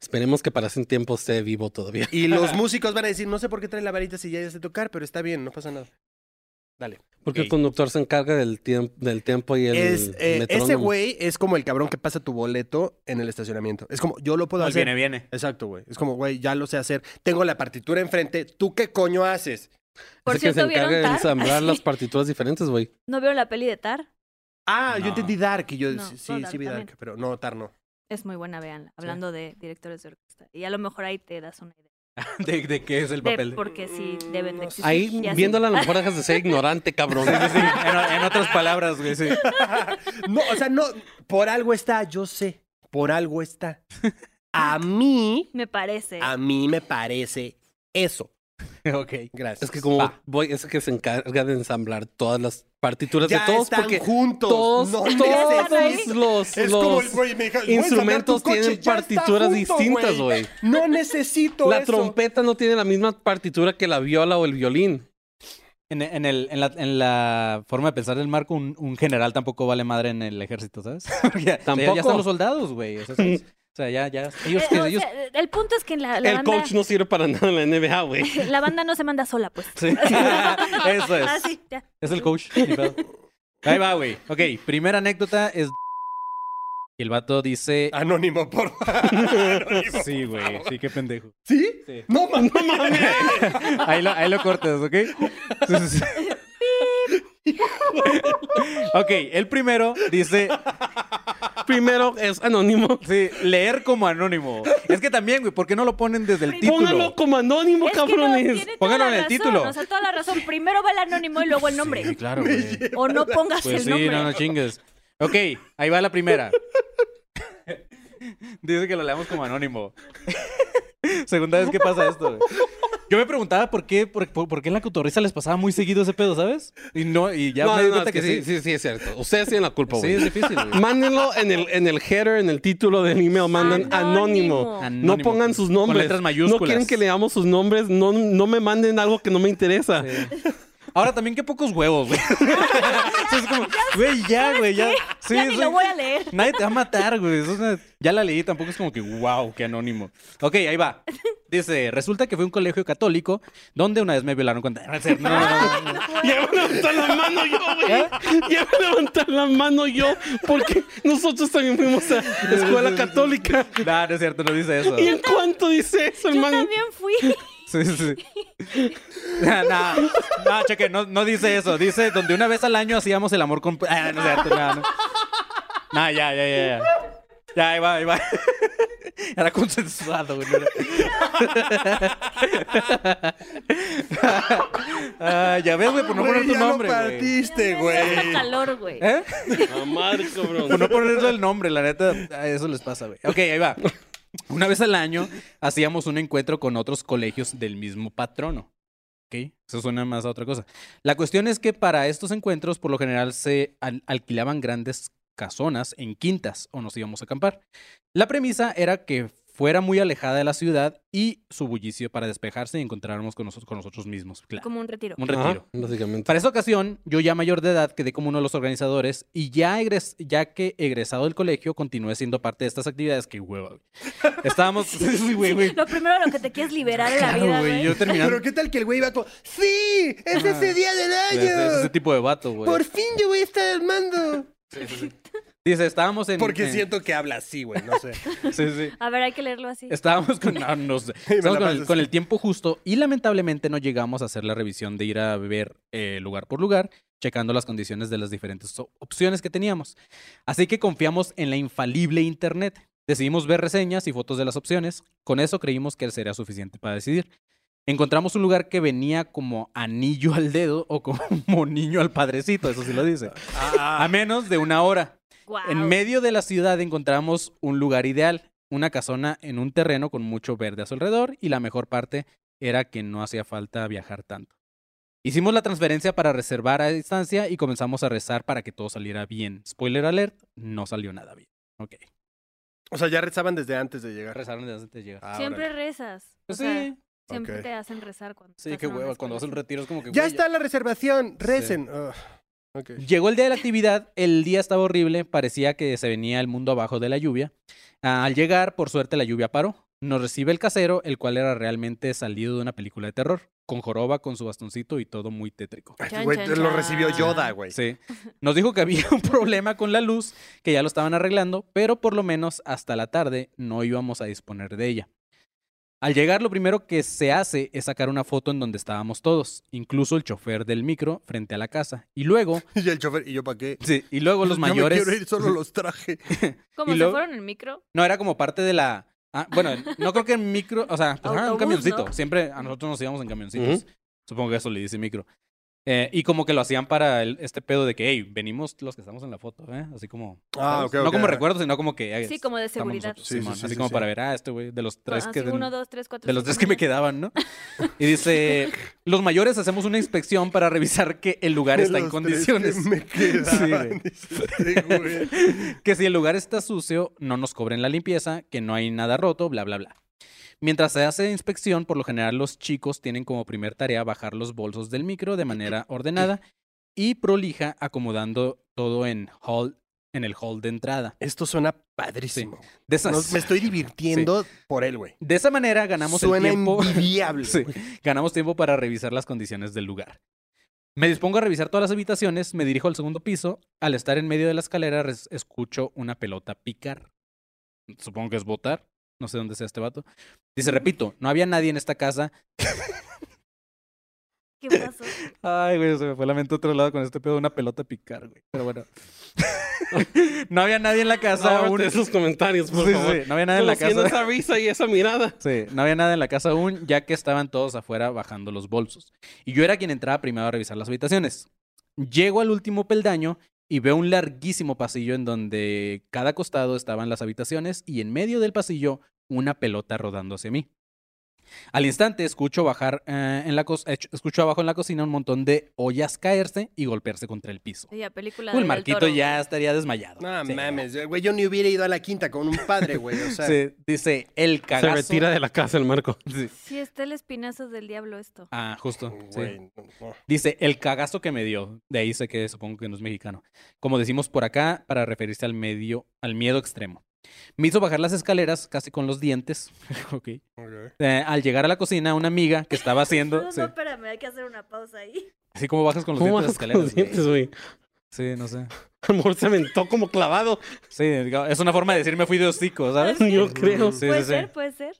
Speaker 2: Esperemos que para ese tiempo esté vivo todavía.
Speaker 3: Y los músicos van a decir, no sé por qué trae la varita si ya ya sé tocar, pero está bien, no pasa nada.
Speaker 5: Dale.
Speaker 2: Porque el
Speaker 5: Ok.
Speaker 2: conductor se encarga del, tiemp- del tiempo y el
Speaker 5: Es, eh, ese
Speaker 2: metrónomo.
Speaker 5: güey es como el cabrón que pasa tu boleto en el estacionamiento. Es como, yo lo puedo
Speaker 1: Pues
Speaker 5: hacer.
Speaker 1: viene, viene.
Speaker 5: Exacto, güey. Es como, güey, ya lo sé hacer. Tengo la partitura enfrente. ¿Tú qué coño haces?
Speaker 4: Por
Speaker 2: Ese que se
Speaker 4: cierto,
Speaker 2: encarga de
Speaker 4: ¿vieron Tar?
Speaker 2: ensamblar las partituras diferentes, güey.
Speaker 4: ¿No vieron la peli de Tar?
Speaker 5: Ah,
Speaker 1: No.
Speaker 5: yo entendí Dark. Y yo,
Speaker 4: No,
Speaker 5: sí,
Speaker 4: no,
Speaker 5: sí,
Speaker 4: Dark
Speaker 5: sí vi Dark,
Speaker 4: también.
Speaker 5: pero no, Tar no.
Speaker 4: Es muy buena, véanla. Hablando de directores de orquesta. Y a lo mejor ahí te das una idea.
Speaker 1: ¿De, de qué es el
Speaker 4: De
Speaker 1: papel?
Speaker 4: porque sí deben de existir.
Speaker 2: Ahí,
Speaker 4: y así.
Speaker 2: viéndola, a lo mejor dejas de ser ignorante, cabrón.
Speaker 1: Sí, en, en otras palabras, güey, sí.
Speaker 5: No, o sea, no, por algo está, yo sé. Por algo está. A mí,
Speaker 4: Me parece.
Speaker 5: a mí me parece eso.
Speaker 1: ok.
Speaker 5: Gracias.
Speaker 2: Es que como
Speaker 1: Va.
Speaker 2: voy, es que se encarga de ensamblar todas las partituras
Speaker 5: ya
Speaker 2: de todos
Speaker 5: están
Speaker 2: porque
Speaker 5: juntos.
Speaker 2: todos,
Speaker 5: no
Speaker 2: todos
Speaker 5: necesitas-
Speaker 2: los,
Speaker 5: Es
Speaker 2: los
Speaker 5: como el güey me dijo, "Voy a
Speaker 2: instrumentos
Speaker 5: ensamblar tu
Speaker 2: tienen
Speaker 5: coche, ya está
Speaker 2: partituras
Speaker 5: junto,
Speaker 2: distintas, güey.
Speaker 5: No necesito
Speaker 2: La
Speaker 5: eso.
Speaker 2: trompeta no tiene la misma partitura que la viola o el violín.
Speaker 1: En, en el, en, la, en la forma de pensar del marco, un, un general tampoco vale madre en el ejército, ¿sabes? Porque ya,
Speaker 2: Tampoco.
Speaker 1: ya están los soldados, güey. O sea, ¿sabes? O sea, ya, ya. Ellos,
Speaker 4: Eh,
Speaker 1: que-
Speaker 4: o
Speaker 1: ellos-
Speaker 4: sea, el punto es que la, la
Speaker 2: El
Speaker 4: banda,
Speaker 2: coach no sirve para nada en la NBA, güey.
Speaker 4: la banda no se manda sola, pues.
Speaker 1: Sí. Eso es.
Speaker 4: Ah, sí, ya.
Speaker 1: Es el coach. ni pedo. Ahí va, güey. Ok, primera anécdota es. Y el vato dice.
Speaker 5: Anónimo, por
Speaker 1: Sí, güey. Sí, qué pendejo.
Speaker 5: ¿Sí?
Speaker 1: Sí.
Speaker 5: No mames. No mames.
Speaker 1: Ahí lo, ahí lo cortas, ¿ok? Sí, sí, sí. ok, el primero dice.
Speaker 2: Primero es anónimo.
Speaker 1: Sí, leer como anónimo. Es que también, güey, ¿por qué no lo ponen desde el título?
Speaker 2: Pónganlo como anónimo,
Speaker 4: Es que no,
Speaker 2: cabrones.
Speaker 4: tiene toda
Speaker 1: Póngalo
Speaker 4: la
Speaker 1: en el
Speaker 4: razón,
Speaker 1: título.
Speaker 4: O sea, toda la razón. Primero va el anónimo y luego el nombre.
Speaker 1: Sí, claro, güey.
Speaker 4: O no pongas
Speaker 1: Pues
Speaker 4: el
Speaker 1: sí,
Speaker 4: nombre.
Speaker 1: no, no chingues. Ok, ahí va la primera. Dice que lo leamos como anónimo. Segunda vez que pasa esto. güey. Yo me preguntaba por qué, por, por- por qué en la cotorriza les pasaba muy seguido ese pedo, ¿sabes? Y no, y ya
Speaker 2: no,
Speaker 1: me
Speaker 2: no,
Speaker 1: di
Speaker 2: no,
Speaker 1: cuenta
Speaker 2: es que sí, sí, sí, es cierto. Ustedes tienen la culpa,
Speaker 1: Sí,
Speaker 2: güey.
Speaker 1: es difícil, güey.
Speaker 2: Mándenlo en el, en el header, en el título del email, mandan anónimo.
Speaker 4: Anónimo.
Speaker 1: Anónimo. pues,
Speaker 2: No pongan sus
Speaker 1: Con
Speaker 2: nombres.
Speaker 1: letras mayúsculas.
Speaker 2: No quieren que leamos sus nombres. No, no me manden algo que no me interesa.
Speaker 1: Sí. Ahora también qué pocos huevos, güey. O sea, es como, güey, ya, güey, ya. Sí,
Speaker 4: Ya ni
Speaker 1: sí.
Speaker 4: lo voy a leer.
Speaker 1: Nadie te va a matar, güey. Eso es una- Ya la leí, tampoco es como que, wow, qué anónimo. Ok, ahí va. Dice, resulta que fue un colegio católico donde una vez me violaron con... No, no, no, no, no.
Speaker 2: Ya voy a levantar la mano yo, güey.
Speaker 4: ¿Eh?
Speaker 2: Ya voy a levantar la mano yo. Porque nosotros también fuimos a escuela católica.
Speaker 1: No, no es cierto, no dice eso.
Speaker 2: ¿Y en cuánto dice eso,
Speaker 4: Yo
Speaker 2: hermano?
Speaker 4: también fui.
Speaker 1: Sí, sí, sí. No, no, cheque, no, no dice eso. Dice donde una vez al año hacíamos el amor con... Ah, no es cierto, no, no. No, ya, ya, ya, ya. Ya, ahí va, ahí va. Era consensuado, güey. no era- Ah, ya ves, güey, por no poner tu
Speaker 5: ya
Speaker 1: nombre,
Speaker 5: lo
Speaker 1: Este güey.
Speaker 5: partiste,
Speaker 4: Hace
Speaker 5: güey.
Speaker 4: calor, güey.
Speaker 1: ¿Eh?
Speaker 2: Amar,
Speaker 1: Por
Speaker 2: cabrón.
Speaker 1: no ponerle el nombre, la neta, a eso les pasa, güey. Ok, ahí va. Una vez al año hacíamos un encuentro con otros colegios del mismo patrono. Ok, eso suena más a otra cosa. La cuestión es que para estos encuentros, por lo general, se al- alquilaban grandes casonas en quintas o nos íbamos a acampar. La premisa era que fuera muy alejada de la ciudad y su bullicio para despejarse y encontrarnos con, nosotros con nosotros mismos. Claro.
Speaker 4: Como un retiro.
Speaker 1: Un retiro.
Speaker 2: básicamente.
Speaker 1: Para esa ocasión, yo ya mayor de edad quedé como uno de los organizadores y ya, egres- ya que egresado del colegio continué siendo parte de estas actividades. ¡Qué hueva! güey. Estábamos... Sí, sí, güey, güey.
Speaker 4: Lo primero de lo que te quieres liberar en la
Speaker 1: Claro,
Speaker 4: vida,
Speaker 1: güey,
Speaker 4: güey.
Speaker 1: Yo terminando...
Speaker 5: Pero qué tal que el güey va como, ¡Sí! ¡Es ese día del
Speaker 1: Es- es ese
Speaker 5: año!
Speaker 1: tipo de vato, güey.
Speaker 5: ¡Por fin yo voy a estar armando!
Speaker 1: Dice, estábamos en...
Speaker 5: Porque
Speaker 1: en-
Speaker 5: siento que habla así, güey, no sé.
Speaker 1: Sí, sí.
Speaker 4: A ver, hay que leerlo así.
Speaker 1: Estábamos con, no, no sé.
Speaker 5: me
Speaker 1: Estábamos
Speaker 5: la
Speaker 1: con, el,
Speaker 5: pasas.
Speaker 1: con el tiempo justo y lamentablemente no llegamos a hacer la revisión de ir a beber eh, lugar por lugar, checando las condiciones de las diferentes o- opciones que teníamos. Así que confiamos en la infalible Internet. Decidimos ver reseñas y fotos de las opciones. Con eso creímos que sería suficiente para decidir. Encontramos un lugar que venía como anillo al dedo o como niño al padrecito, eso sí lo dice.
Speaker 5: Ah.
Speaker 1: A menos de una hora.
Speaker 4: Guau.
Speaker 1: En medio de la ciudad encontramos un lugar ideal, una casona en un terreno con mucho verde a su alrededor y la mejor parte era que no hacía falta viajar tanto. Hicimos la transferencia para reservar a distancia y comenzamos a rezar para que todo saliera bien. Spoiler alert, no salió nada bien. Ok.
Speaker 5: O sea, ya rezaban desde antes de llegar.
Speaker 1: Rezaron desde antes de llegar.
Speaker 5: Ah,
Speaker 4: Siempre
Speaker 5: órale.
Speaker 4: rezas. O
Speaker 1: Pues
Speaker 4: sea,
Speaker 1: sí,
Speaker 4: siempre
Speaker 5: Ok.
Speaker 4: te hacen rezar cuando
Speaker 1: sí,
Speaker 4: estás
Speaker 1: qué
Speaker 4: en una
Speaker 1: hueva. Cuando vas al
Speaker 4: escuela.
Speaker 1: retiro es como que...
Speaker 5: Ya
Speaker 1: güey,
Speaker 5: está la reservación, recen.
Speaker 3: Ah,
Speaker 5: Ugh. Ok.
Speaker 3: este
Speaker 1: Llegó el día de la actividad, el día estaba Ah, horrible, parecía que se venía el mundo abajo de la lluvia. Al llegar, por suerte, la lluvia paró. Nos recibe el casero, el cual era realmente salido de una película de terror, con joroba, con su bastoncito y todo muy tétrico.
Speaker 3: Ay,
Speaker 4: Chan,
Speaker 3: güey,
Speaker 4: chan,
Speaker 3: lo recibió
Speaker 4: chan.
Speaker 3: Yoda, güey.
Speaker 1: Sí. Nos dijo que había un problema con la luz, que ya lo estaban arreglando, pero por lo menos hasta la tarde no íbamos a disponer de ella. Al llegar, lo primero que se hace es sacar una foto en donde estábamos todos, incluso el chofer del micro frente a la casa. Y luego,
Speaker 3: Y el chofer, ¿y yo para qué?
Speaker 1: sí, y luego los
Speaker 3: Yo me
Speaker 1: mayores.
Speaker 3: quiero ir, solo los traje.
Speaker 4: Como
Speaker 1: Y
Speaker 4: se
Speaker 1: luego-
Speaker 4: fueron en micro.
Speaker 1: No, era como parte de la. ah, bueno, no creo que en micro. O sea, pues, ah, un
Speaker 4: Autobús,
Speaker 1: camioncito.
Speaker 4: ¿no?
Speaker 1: Siempre a nosotros nos íbamos en camioncitos. Supongo que eso le dice micro. Eh, y como que lo hacían para el- este pedo de que, hey, venimos los que estamos en la foto, ¿eh? Así como.
Speaker 3: Ah,
Speaker 1: ¿sabes?
Speaker 3: ok,
Speaker 1: No
Speaker 3: ok,
Speaker 1: como
Speaker 3: ah.
Speaker 1: recuerdo, sino como que. "Ay,
Speaker 4: Sí, como de
Speaker 1: estamos
Speaker 4: seguridad.
Speaker 1: nosotros",
Speaker 3: Sí, sí,
Speaker 1: Simón,
Speaker 3: sí,
Speaker 1: así
Speaker 3: sí,
Speaker 1: como
Speaker 3: sí.
Speaker 1: para ver, ah, este güey, de los tres
Speaker 4: Ah,
Speaker 1: que.
Speaker 4: sí, uno, dos, tres, cuatro,
Speaker 1: De los
Speaker 4: cinco,
Speaker 1: tres que me
Speaker 4: seis.
Speaker 1: quedaban, ¿no? Y dice, los mayores hacemos una inspección para revisar que el lugar está en
Speaker 3: Los tres que
Speaker 1: condiciones.
Speaker 3: Me
Speaker 1: Sí,
Speaker 3: quedaban.
Speaker 1: güey.
Speaker 3: Sí, güey.
Speaker 1: que si el lugar está sucio, no nos cobren la limpieza, que no hay nada roto, bla, bla, bla. Mientras se hace inspección, por lo general los chicos tienen como primer tarea bajar los bolsos del micro de manera ordenada y prolija, acomodando todo en hall, en el hall de entrada.
Speaker 3: Esto suena padrísimo.
Speaker 1: De esa,
Speaker 3: No, me estoy divirtiendo por él, güey.
Speaker 1: de esa manera ganamos
Speaker 3: Suena
Speaker 1: el tiempo.
Speaker 3: envidiable.
Speaker 1: Sí, ganamos tiempo para revisar las condiciones del lugar. Me dispongo a revisar todas las habitaciones, me dirijo al segundo piso. Al estar en medio de la escalera, res- escucho una pelota picar. Supongo que es botar. No sé dónde sea este vato. Dice, repito, no había nadie en esta casa.
Speaker 4: ¿Qué pasó?
Speaker 1: Ay, güey, se me fue la mente a otro lado con este pedo de una pelota picar, güey. Pero bueno. no había nadie en la casa.
Speaker 2: Ahora
Speaker 1: Ah, aún.
Speaker 2: de esos comentarios, por
Speaker 1: Sí,
Speaker 2: favor.
Speaker 1: sí, no había nada en la
Speaker 2: Conociendo
Speaker 1: casa.
Speaker 2: esa risa y esa mirada.
Speaker 1: Sí, no había nada en la casa aún, ya que estaban todos afuera bajando los bolsos. Y yo era quien entraba primero a revisar las habitaciones. Llego al último peldaño y veo un larguísimo pasillo en donde cada costado estaban las habitaciones y en medio del pasillo una pelota rodando hacia mí. Al instante escucho bajar eh, en la cos- ech- escucho abajo en la cocina un montón de ollas caerse y golpearse contra el piso.
Speaker 4: Sí, la
Speaker 1: Uy,
Speaker 4: película
Speaker 1: el
Speaker 4: de Del
Speaker 1: marquito
Speaker 4: Toro.
Speaker 1: ya estaría desmayado.
Speaker 3: No
Speaker 1: Sí.
Speaker 3: mames, güey. Yo ni hubiera ido a la quinta con un padre, güey. O sea,
Speaker 1: Sí, dice el
Speaker 2: Se
Speaker 1: cagazo.
Speaker 2: retira de la casa el Marco.
Speaker 1: Sí.
Speaker 4: Sí, está el espinazo del diablo esto.
Speaker 1: Ah, justo. sí.
Speaker 3: Oh, güey, no.
Speaker 1: Dice, el cagazo que me dio. De ahí sé que supongo que no es mexicano. Como decimos por acá, para referirse al medio, al miedo extremo. Me hizo bajar las escaleras casi con los dientes. ok. Eh, al llegar a la cocina, una amiga que estaba haciendo.
Speaker 4: No,
Speaker 1: sí,
Speaker 4: no, espérame, hay que hacer una pausa ahí.
Speaker 1: así como bajas con los
Speaker 2: ¿Cómo
Speaker 1: dientes las
Speaker 2: vas con
Speaker 1: escaleras.
Speaker 2: los dientes,
Speaker 1: güey?
Speaker 2: güey?
Speaker 1: Sí, no sé.
Speaker 2: A lo mejor se aventó como clavado.
Speaker 1: Sí, diga- es una forma de decir me fui de hocico, ¿sabes?
Speaker 2: Yo creo.
Speaker 1: Sí,
Speaker 4: Pues, ¿Puede
Speaker 1: sí, sí.
Speaker 4: ser? ¿Puede ser?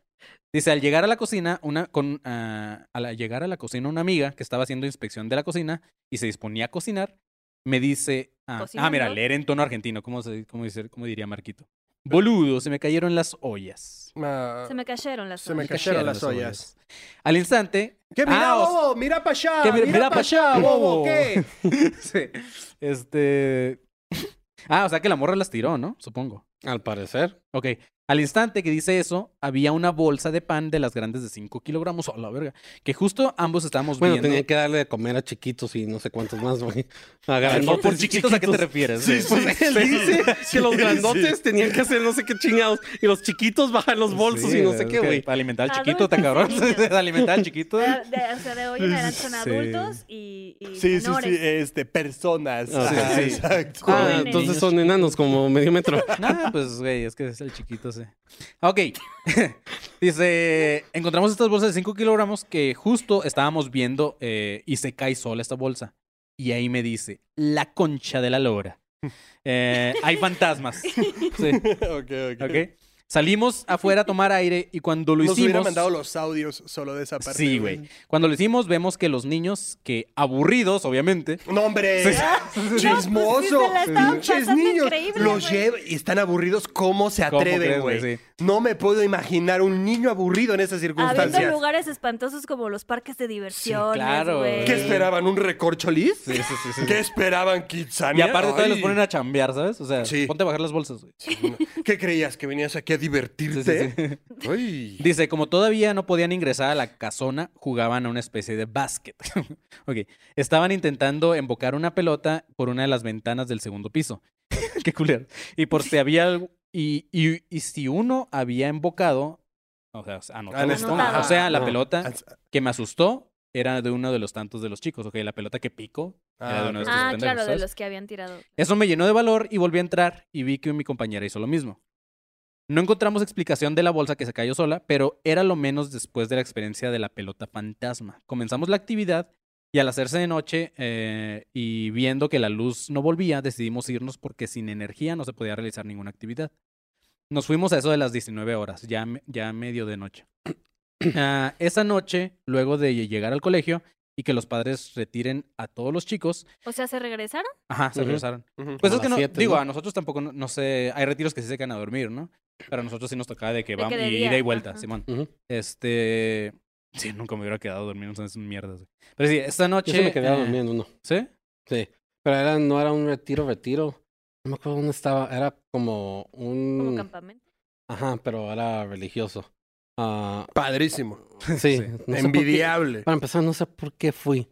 Speaker 1: Dice, al llegar a la cocina, una, con, ah, al llegar a la cocina, una amiga que estaba haciendo inspección de la cocina y se disponía a cocinar, me dice, ah, ah, mira,
Speaker 4: ¿Cocinando?
Speaker 1: leer en tono argentino, ¿cómo, se, cómo, dice- cómo diría Marquito? Boludo, se me cayeron las ollas.
Speaker 3: Ah,
Speaker 4: Se me cayeron las
Speaker 3: Se me
Speaker 4: hojas.
Speaker 3: cayeron las ollas.
Speaker 1: Al instante...
Speaker 3: ¿Qué mira,
Speaker 1: Ah, os-
Speaker 3: bobo? Mira para allá.
Speaker 1: ¿Qué mira-
Speaker 3: mira
Speaker 1: mira
Speaker 3: para
Speaker 1: pa'
Speaker 3: allá,
Speaker 1: allá, bobo?
Speaker 3: bobo. ¿Qué?
Speaker 1: sí, este... Ah, o sea que la morra las tiró, ¿no? Supongo.
Speaker 2: Al parecer.
Speaker 1: Ok. Al instante que dice eso, había una bolsa de pan de las grandes de 5 kilogramos. ¡A la verga! Que justo ambos estábamos
Speaker 2: Bueno,
Speaker 1: viendo.
Speaker 2: tenían que darle de comer a chiquitos y no sé cuántos más, güey. A
Speaker 1: No,
Speaker 3: Ah,
Speaker 2: grandotes
Speaker 1: por
Speaker 2: y
Speaker 1: chiquitos, ¿a qué te refieres?
Speaker 2: Sí, pues, él dice que los
Speaker 3: sí.
Speaker 2: grandotes tenían que hacer no sé qué chingados y los chiquitos bajan los bolsos
Speaker 1: Sí,
Speaker 2: y no sé
Speaker 1: es que
Speaker 2: qué, güey.
Speaker 1: Para alimentar al
Speaker 4: Ah,
Speaker 1: chiquito,
Speaker 4: ¿dónde
Speaker 1: te cabrón.
Speaker 4: están los niños?
Speaker 1: alimentar al chiquito.
Speaker 4: Ah, de- o sea, de hoy en adelante son
Speaker 1: Sí.
Speaker 4: adultos y, y
Speaker 3: Sí, sí,
Speaker 4: menores.
Speaker 3: sí,
Speaker 1: eh,
Speaker 3: este, personas.
Speaker 2: Ah,
Speaker 3: Ajá,
Speaker 2: sí.
Speaker 3: Exacto.
Speaker 2: Ah,
Speaker 4: Jóvenes.
Speaker 2: entonces son enanos como medio metro.
Speaker 1: Nah, pues, güey, es que es el chiquito ese. Ah, Ok. Dice, encontramos estas bolsas de 5 kilogramos que justo estábamos viendo eh, y se cae sola esta bolsa. Y ahí me dice, la concha de la lora. Eh, hay fantasmas. Sí,
Speaker 3: ok, ok.
Speaker 1: ok. Salimos afuera a tomar aire y cuando lo
Speaker 3: Nos hubiera
Speaker 1: hicimos...
Speaker 3: mandado los audios solo de esa parte.
Speaker 1: Sí, güey. Cuando lo hicimos, vemos que los niños, que aburridos, obviamente,
Speaker 3: No, hombre.
Speaker 1: Sí.
Speaker 3: Chismoso.
Speaker 4: No, pues, sí, se la estaban
Speaker 3: Pinches
Speaker 4: pasando
Speaker 3: niños.
Speaker 4: increíble,
Speaker 3: Los
Speaker 4: güey.
Speaker 3: lleva y están aburridos. ¿Cómo se
Speaker 1: ¿Cómo
Speaker 3: atreven,
Speaker 1: crees, güey?
Speaker 3: güey?
Speaker 1: Sí.
Speaker 3: No me puedo imaginar un niño aburrido en esas
Speaker 4: Habiendo
Speaker 3: circunstancias.
Speaker 4: lugares espantosos como los parques de Ah, diversión.
Speaker 1: claro, güey.
Speaker 3: ¿Qué esperaban? ¿Un recorcholis?
Speaker 1: Sí, sí, sí, sí.
Speaker 3: ¿Qué esperaban,
Speaker 1: Y
Speaker 3: Kitsania?
Speaker 1: aparte todavía los ponen
Speaker 3: a...
Speaker 1: a chambear, ¿sabes? O sea,
Speaker 3: Sí.
Speaker 1: ponte a bajar las bolsas, güey.
Speaker 3: ¿Qué creías? ¿Que venías aquí a
Speaker 1: Sí,
Speaker 3: divertirte?
Speaker 1: sí, sí.
Speaker 3: Ay.
Speaker 1: Dice, como todavía no podían ingresar a la casona, jugaban a una especie de básquet. ok. Estaban intentando embocar una pelota por una de las ventanas del segundo piso. Qué culero. Y por si había algo- y, y- y si uno había embocado, o sea, anotado.
Speaker 3: Anotado.
Speaker 1: Ah, O sea, la
Speaker 2: No.
Speaker 1: pelota que me asustó era de uno de los tantos de los chicos. Ok, la pelota que pico era de
Speaker 3: Ah,
Speaker 1: uno de
Speaker 3: ok.
Speaker 1: estos
Speaker 4: Ah,
Speaker 1: pendejos,
Speaker 4: claro, de
Speaker 1: ¿sabes?
Speaker 4: los que habían tirado.
Speaker 1: Eso me llenó de valor y volví a entrar y vi que mi compañera hizo lo mismo. No encontramos explicación de la bolsa que se cayó sola, pero era lo menos después de la experiencia de la pelota fantasma. Comenzamos la actividad y al hacerse de noche eh, y viendo que la luz no volvía, decidimos irnos porque sin energía no se podía realizar ninguna actividad. Nos fuimos a eso de las 19 horas, ya, me- ya medio de noche. Ah, esa noche, luego de llegar al colegio y que los padres retiren a todos los chicos,
Speaker 4: O sea, ¿se regresaron?
Speaker 1: ajá, se
Speaker 2: Ujú.
Speaker 1: regresaron.
Speaker 3: Ujú.
Speaker 1: Pues
Speaker 2: A
Speaker 1: es que
Speaker 2: las
Speaker 1: no,
Speaker 2: siete,
Speaker 1: digo,
Speaker 2: ¿no?
Speaker 1: a nosotros tampoco, no, no sé, hay retiros que sí se quedan a dormir, ¿no? Pero a nosotros sí nos tocaba de que
Speaker 4: De que
Speaker 1: vamos,
Speaker 4: de
Speaker 1: y
Speaker 4: día,
Speaker 1: ida y vuelta,
Speaker 4: ajá.
Speaker 1: Simón.
Speaker 2: Ujú.
Speaker 1: Este, sí, nunca me hubiera quedado dormido, son esas mierdas. güey. Pero sí, esta noche...
Speaker 2: Yo se me quedaba
Speaker 1: eh,
Speaker 2: dormido en uno.
Speaker 1: ¿Sí?
Speaker 2: Sí. Pero era, no era un retiro, retiro. No me acuerdo dónde estaba. Era como
Speaker 4: Como
Speaker 2: un.
Speaker 4: campamento.
Speaker 2: Ajá, pero era religioso. Ah,
Speaker 3: Padrísimo.
Speaker 2: sí. no sé por qué-
Speaker 3: Envidiable.
Speaker 2: Para empezar, no sé por qué fui.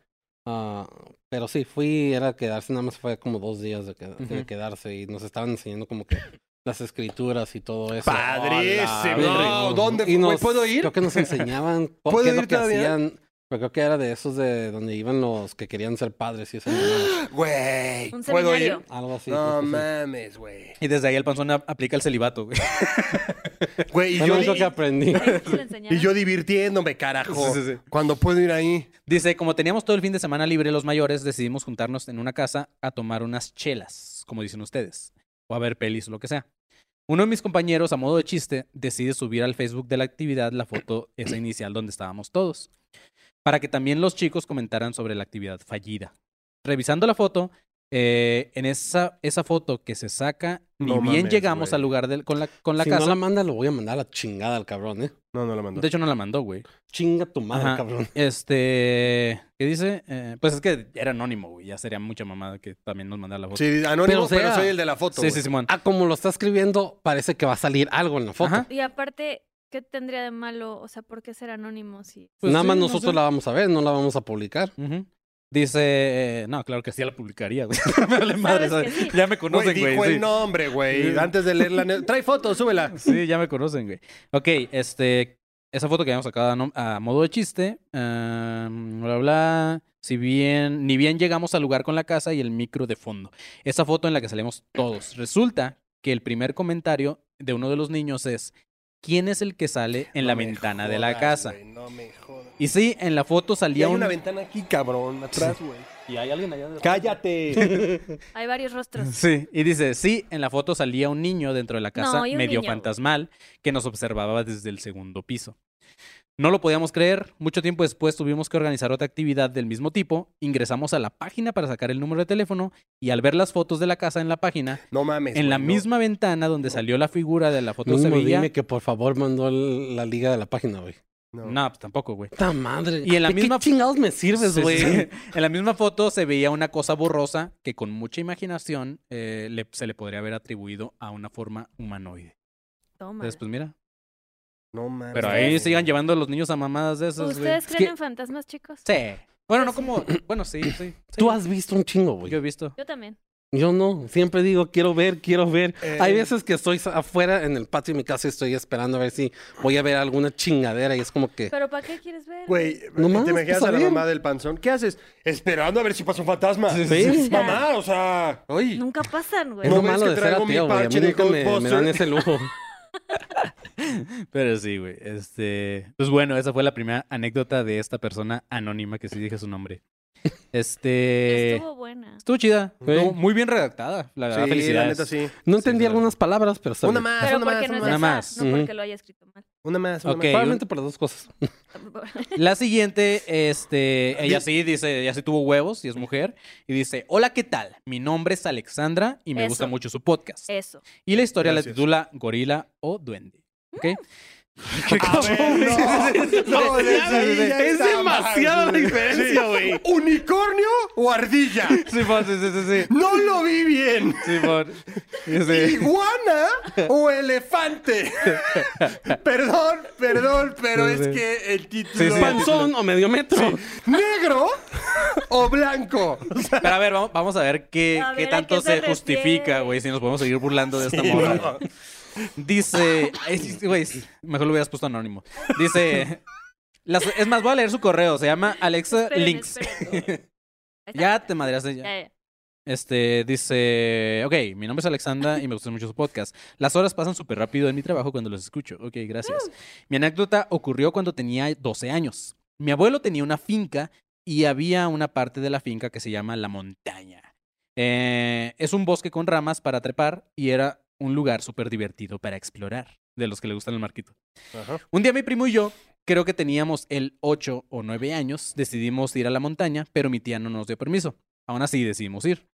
Speaker 2: Ah, pero sí, fui, era quedarse, nada más fue como dos días de, que- de
Speaker 1: Ujú.
Speaker 2: quedarse y nos estaban enseñando como que las escrituras y todo eso.
Speaker 3: Padrísimo.
Speaker 2: Hola,
Speaker 3: No, ¿Dónde
Speaker 2: y
Speaker 3: güey,
Speaker 2: nos-
Speaker 3: puedo ir?
Speaker 2: Creo que nos enseñaban cu-
Speaker 3: ¿Puedo
Speaker 2: qué es
Speaker 3: ir
Speaker 2: lo que
Speaker 3: todavía?
Speaker 2: hacían. Pero creo que era de esos de donde iban los que querían ser padres y eso.
Speaker 3: Güey,
Speaker 4: Un
Speaker 3: ¿puedo ir?
Speaker 4: seminario.
Speaker 2: Algo así.
Speaker 3: No
Speaker 2: creo que sí.
Speaker 3: mames, güey.
Speaker 1: Y desde ahí el panzón a- aplica el celibato, güey.
Speaker 3: Güey, y
Speaker 2: Fue lo
Speaker 3: yo,
Speaker 2: único
Speaker 3: di-
Speaker 2: que aprendí.
Speaker 4: Ahí sí lo enseñaron.
Speaker 3: y yo divirtiéndome, carajo.
Speaker 1: Sí, sí, sí.
Speaker 3: Cuando puedo ir ahí.
Speaker 1: Dice, como teníamos todo el fin de semana libre los mayores, decidimos juntarnos en una casa a tomar unas chelas, como dicen ustedes, o a ver pelis o lo que sea. Uno de mis compañeros, a modo de chiste, decide subir al Facebook de la actividad la foto esa inicial donde estábamos todos, para que también los chicos comentaran sobre la actividad fallida. Revisando la foto, eh, en esa, esa foto que se saca, ni
Speaker 3: No
Speaker 1: bien
Speaker 3: mames,
Speaker 1: llegamos
Speaker 3: güey.
Speaker 1: al lugar del- con la, con la
Speaker 2: si
Speaker 1: casa.
Speaker 2: no la manda, lo voy a mandar a la chingada al cabrón, ¿eh?
Speaker 3: No, no la mandó.
Speaker 1: De hecho, no la mandó, güey.
Speaker 2: Chinga tu madre,
Speaker 1: Ajá.
Speaker 2: cabrón.
Speaker 1: Este, ¿qué dice? Eh, pues es que era anónimo, güey. Ya sería mucha mamada que también nos mandara la foto.
Speaker 3: Sí, anónimo,
Speaker 2: Pero
Speaker 3: pero,
Speaker 2: sea-
Speaker 3: soy el de la foto.
Speaker 1: sí, sí,
Speaker 3: güey.
Speaker 1: Simón.
Speaker 2: Ah, como lo está escribiendo, parece que va a salir algo en la foto.
Speaker 1: Ajá.
Speaker 4: Y aparte, ¿qué tendría de malo? O sea, ¿por qué ser anónimo si
Speaker 1: Pues
Speaker 2: Nada
Speaker 1: sí,
Speaker 2: más
Speaker 1: no
Speaker 2: nosotros
Speaker 1: sé.
Speaker 2: la vamos a ver, no la vamos a publicar.
Speaker 1: Ujú. Dice, eh, no, claro que sí la publicaría, güey. me vale madre,
Speaker 4: Sabes que
Speaker 1: ¿sabes?
Speaker 4: sí.
Speaker 1: Ya me
Speaker 3: Güey,
Speaker 1: conocen, güey.
Speaker 3: dijo
Speaker 1: sí.
Speaker 3: el nombre, güey. Antes de leerla. ne- Trae foto, súbela.
Speaker 1: Sí, ya me conocen, güey. Ok, este. Esa foto que habíamos sacado a, nom- a modo de chiste. am, bla, bla. Si bien. Ni bien llegamos al lugar con la casa y el micro de fondo. Esa foto en la que salimos todos. Resulta que el primer comentario de uno de los niños es: ¿Quién es el que sale en la
Speaker 3: No me
Speaker 1: ventana de la
Speaker 3: jodas,
Speaker 1: casa?
Speaker 3: güey, no me jodas.
Speaker 1: Y sí, en la foto
Speaker 3: Y
Speaker 1: salía
Speaker 3: hay
Speaker 1: un.
Speaker 3: una ventana aquí, cabrón, atrás, güey.
Speaker 1: Y hay alguien allá.
Speaker 3: ¡Cállate!
Speaker 4: hay varios rostros?
Speaker 1: Sí, y dice, sí, en la foto salía un niño dentro de la casa
Speaker 4: No, y un
Speaker 1: medio
Speaker 4: niño.
Speaker 1: fantasmal que nos observaba desde el segundo piso. No lo podíamos creer, mucho tiempo después tuvimos que organizar otra actividad del mismo tipo, ingresamos a la página para sacar el número de teléfono y al ver las fotos de la casa en la página,
Speaker 3: No mames.
Speaker 1: en la
Speaker 3: güey, no.
Speaker 1: misma ventana donde salió la figura de la foto se
Speaker 2: Mínimo
Speaker 1: veía...
Speaker 2: dime que por favor mandó el- la liga de la página, güey.
Speaker 3: No.
Speaker 1: No, pues tampoco, güey.
Speaker 2: ¡Ta madre!
Speaker 1: Y en la
Speaker 2: ¿De
Speaker 1: misma-
Speaker 2: ¿Qué chingados me
Speaker 1: Sí,
Speaker 2: sirves,
Speaker 1: sí,
Speaker 2: güey?
Speaker 1: sí. En la misma foto se veía una cosa borrosa que con mucha imaginación eh, le- se le podría haber atribuido a una forma humanoide.
Speaker 4: Toma.
Speaker 1: Entonces, pues mira,
Speaker 3: No mames.
Speaker 1: Pero
Speaker 4: Ustedes-
Speaker 1: ahí sigan llevando a los niños a mamadas de esos, güey.
Speaker 4: ¿Ustedes
Speaker 2: Es
Speaker 4: creen
Speaker 2: que-
Speaker 4: en fantasmas, chicos?
Speaker 1: Sí. Bueno, no como. Bueno, sí, sí. sí.
Speaker 2: Tú has visto un chingo, güey.
Speaker 1: Yo he visto.
Speaker 4: Yo también.
Speaker 2: Yo no, siempre digo, quiero ver, quiero ver.
Speaker 3: Eh.
Speaker 2: Hay veces que estoy sa- afuera en el patio de mi casa y estoy esperando a ver si voy a ver alguna chingadera y es como que...
Speaker 4: ¿Pero para qué quieres ver?
Speaker 3: Güey, eh,
Speaker 2: No mames,
Speaker 3: ¿te imaginas
Speaker 2: pues,
Speaker 3: a la
Speaker 2: salir.
Speaker 3: mamá del panzón? ¿Qué haces? Esperando a ver si pasa un fantasma.
Speaker 2: sí.
Speaker 3: Mamá, o sea... Oye,
Speaker 4: Nunca pasan, güey.
Speaker 2: Es lo
Speaker 3: ¿No ves
Speaker 2: malo
Speaker 3: que
Speaker 2: de ser
Speaker 3: traigo mi
Speaker 2: ateo, güey. A
Speaker 3: parche
Speaker 2: mí
Speaker 3: de
Speaker 2: nunca me, me dan
Speaker 3: Ghostbusters?
Speaker 2: ese lujo.
Speaker 1: Pero sí, güey. Este. Pues bueno, esa fue la primera anécdota de esta persona anónima que sí dije su nombre.
Speaker 2: Eh,
Speaker 1: Este. Estuvo,
Speaker 4: Estuvo buena.
Speaker 1: chida.
Speaker 2: Sí.
Speaker 1: Estuvo muy bien redactada. La verdad,
Speaker 3: sí,
Speaker 1: Ah, felicidades.
Speaker 3: la neta sí.
Speaker 2: No entendí
Speaker 1: claro.
Speaker 2: algunas palabras, pero está
Speaker 3: Una
Speaker 2: bien.
Speaker 3: más,
Speaker 4: Pero
Speaker 3: una
Speaker 4: porque
Speaker 3: más,
Speaker 4: no
Speaker 3: una más.
Speaker 4: es
Speaker 1: Nada
Speaker 4: esa,
Speaker 1: más.
Speaker 4: no
Speaker 2: Ujú.
Speaker 4: porque lo haya escrito mal.
Speaker 3: Una más, una
Speaker 1: Ok,
Speaker 3: más.
Speaker 2: Probablemente por las dos cosas.
Speaker 1: La siguiente, este, ella sí dice, ella sí tuvo huevos y es mujer. Y dice, hola, ¿qué tal? Mi nombre es Alexandra y me gusta
Speaker 4: Eso.
Speaker 1: mucho su podcast.
Speaker 4: Eso.
Speaker 1: Y la historia
Speaker 3: Gracias.
Speaker 1: la titula Gorila o Duende. ¿Ok?
Speaker 4: Mm.
Speaker 3: A ver, no, no, sí, sí, sí, sí,
Speaker 2: Es
Speaker 3: está
Speaker 2: demasiada
Speaker 3: mal,
Speaker 2: la
Speaker 3: güey.
Speaker 2: diferencia,
Speaker 3: Sí.
Speaker 2: güey.
Speaker 3: ¿Unicornio o ardilla?
Speaker 1: Simón, sí, sí, sí, sí.
Speaker 3: No lo vi bien.
Speaker 1: Simón. Dice,
Speaker 3: ¿Iguana o elefante? perdón, perdón, pero
Speaker 1: Sí,
Speaker 3: es
Speaker 1: sí.
Speaker 3: que el título...
Speaker 1: Sí, sí, el título.
Speaker 2: ¿Panzón o medio metro?
Speaker 3: ¿Negro o blanco? O sea,
Speaker 1: Pero a ver, vamos, vamos a ver qué,
Speaker 4: A
Speaker 1: qué
Speaker 4: ver, ¿a
Speaker 1: tanto
Speaker 4: qué
Speaker 1: se,
Speaker 4: se
Speaker 1: justifica,
Speaker 4: refiere?
Speaker 1: güey, si nos podemos seguir burlando de esta morra.
Speaker 3: no.
Speaker 1: Dice, es- güey, mejor lo hubieras puesto anónimo. Dice, las- es más, voy a leer su correo, se llama Alexa
Speaker 4: Esperen,
Speaker 1: Links.
Speaker 4: esperen. Ahí está.
Speaker 1: Ya te madreaste ya.
Speaker 4: Ya, ya.
Speaker 1: Este dice, ok, mi nombre es Alexandra y me gustan mucho su podcast. Las horas pasan súper rápido en mi trabajo cuando los escucho. Ok, gracias. Mi anécdota ocurrió cuando tenía 12 años. Mi abuelo tenía una finca y había una parte de la finca que se llama La Montaña. Eh, es un bosque con ramas para trepar y era un lugar súper divertido para explorar, de los que le gustan el marquito.
Speaker 3: Ajá.
Speaker 1: Un día mi primo y yo, creo que teníamos el 8 o 9 años, decidimos ir a la montaña, pero mi tía no nos dio permiso. Aún así decidimos ir.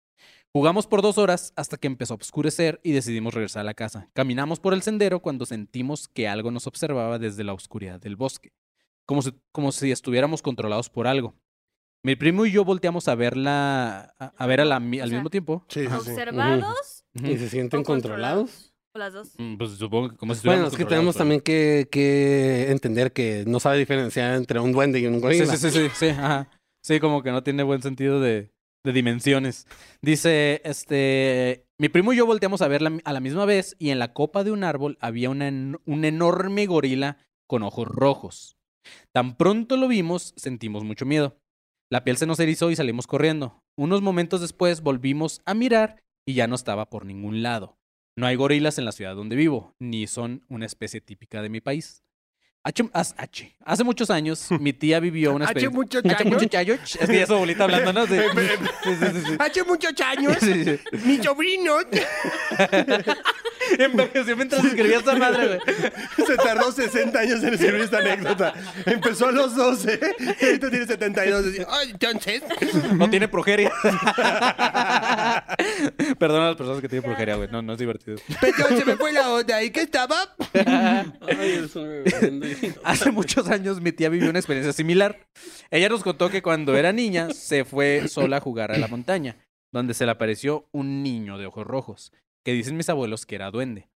Speaker 1: Jugamos por dos horas hasta que empezó a oscurecer y decidimos regresar a la casa. Caminamos por el sendero cuando sentimos que algo nos observaba desde la oscuridad del bosque, como si, como si estuviéramos controlados por algo. Mi primo y yo volteamos a verla, a, a ver a la mi-
Speaker 4: O
Speaker 1: al
Speaker 4: sea,
Speaker 1: mismo tiempo.
Speaker 3: Sí, sí, sí.
Speaker 4: ¿Observados?
Speaker 2: ¿Y se sienten
Speaker 4: o
Speaker 2: controlados?
Speaker 4: O las dos.
Speaker 1: Mm, Pues supongo que como si
Speaker 2: Bueno,
Speaker 1: estuviéramos
Speaker 2: es que
Speaker 1: controlados
Speaker 2: tenemos
Speaker 1: por-
Speaker 2: también que, que entender que no sabe diferenciar entre un duende y un
Speaker 1: Sí,
Speaker 2: gorila.
Speaker 1: sí, sí, sí, sí, ajá. Sí, como que no tiene buen sentido de, de dimensiones. Dice, este, mi primo y yo volteamos a verla a la misma vez y en la copa de un árbol había una en- un enorme gorila con ojos rojos. Tan pronto lo vimos, sentimos mucho miedo. La piel se nos erizó y salimos corriendo. Unos momentos después volvimos a mirar y ya no estaba por ningún lado. No hay gorilas en la ciudad donde vivo, ni son una especie típica de mi país. H, as- H. Hace muchos años, mi tía vivió una
Speaker 3: Hace
Speaker 1: experiencia...
Speaker 3: muchos
Speaker 1: Hace
Speaker 3: años. Em,
Speaker 1: muchos años. Es que ya su abuelita hablando, ¿no? Sí. Sí, sí, sí, sí.
Speaker 3: Hace muchos años,
Speaker 1: Sí, sí.
Speaker 3: mis sobrinos
Speaker 1: Envejeció mientras escribía esa madre, güey.
Speaker 3: se tardó 60 años en escribir esta anécdota. Empezó a los 12 y ahorita tiene 72. Y- Ay, entonces.
Speaker 1: No tiene progeria. Perdona a las personas que tienen progeria, güey. No, no es divertido.
Speaker 3: Pero se me fue la onda. ¿Y qué estaba?
Speaker 1: Hace muchos años mi tía vivió una experiencia similar. Ella nos contó que cuando era niña se fue sola a jugar a la montaña, donde se le apareció un niño de ojos rojos, que dicen mis abuelos que era duende.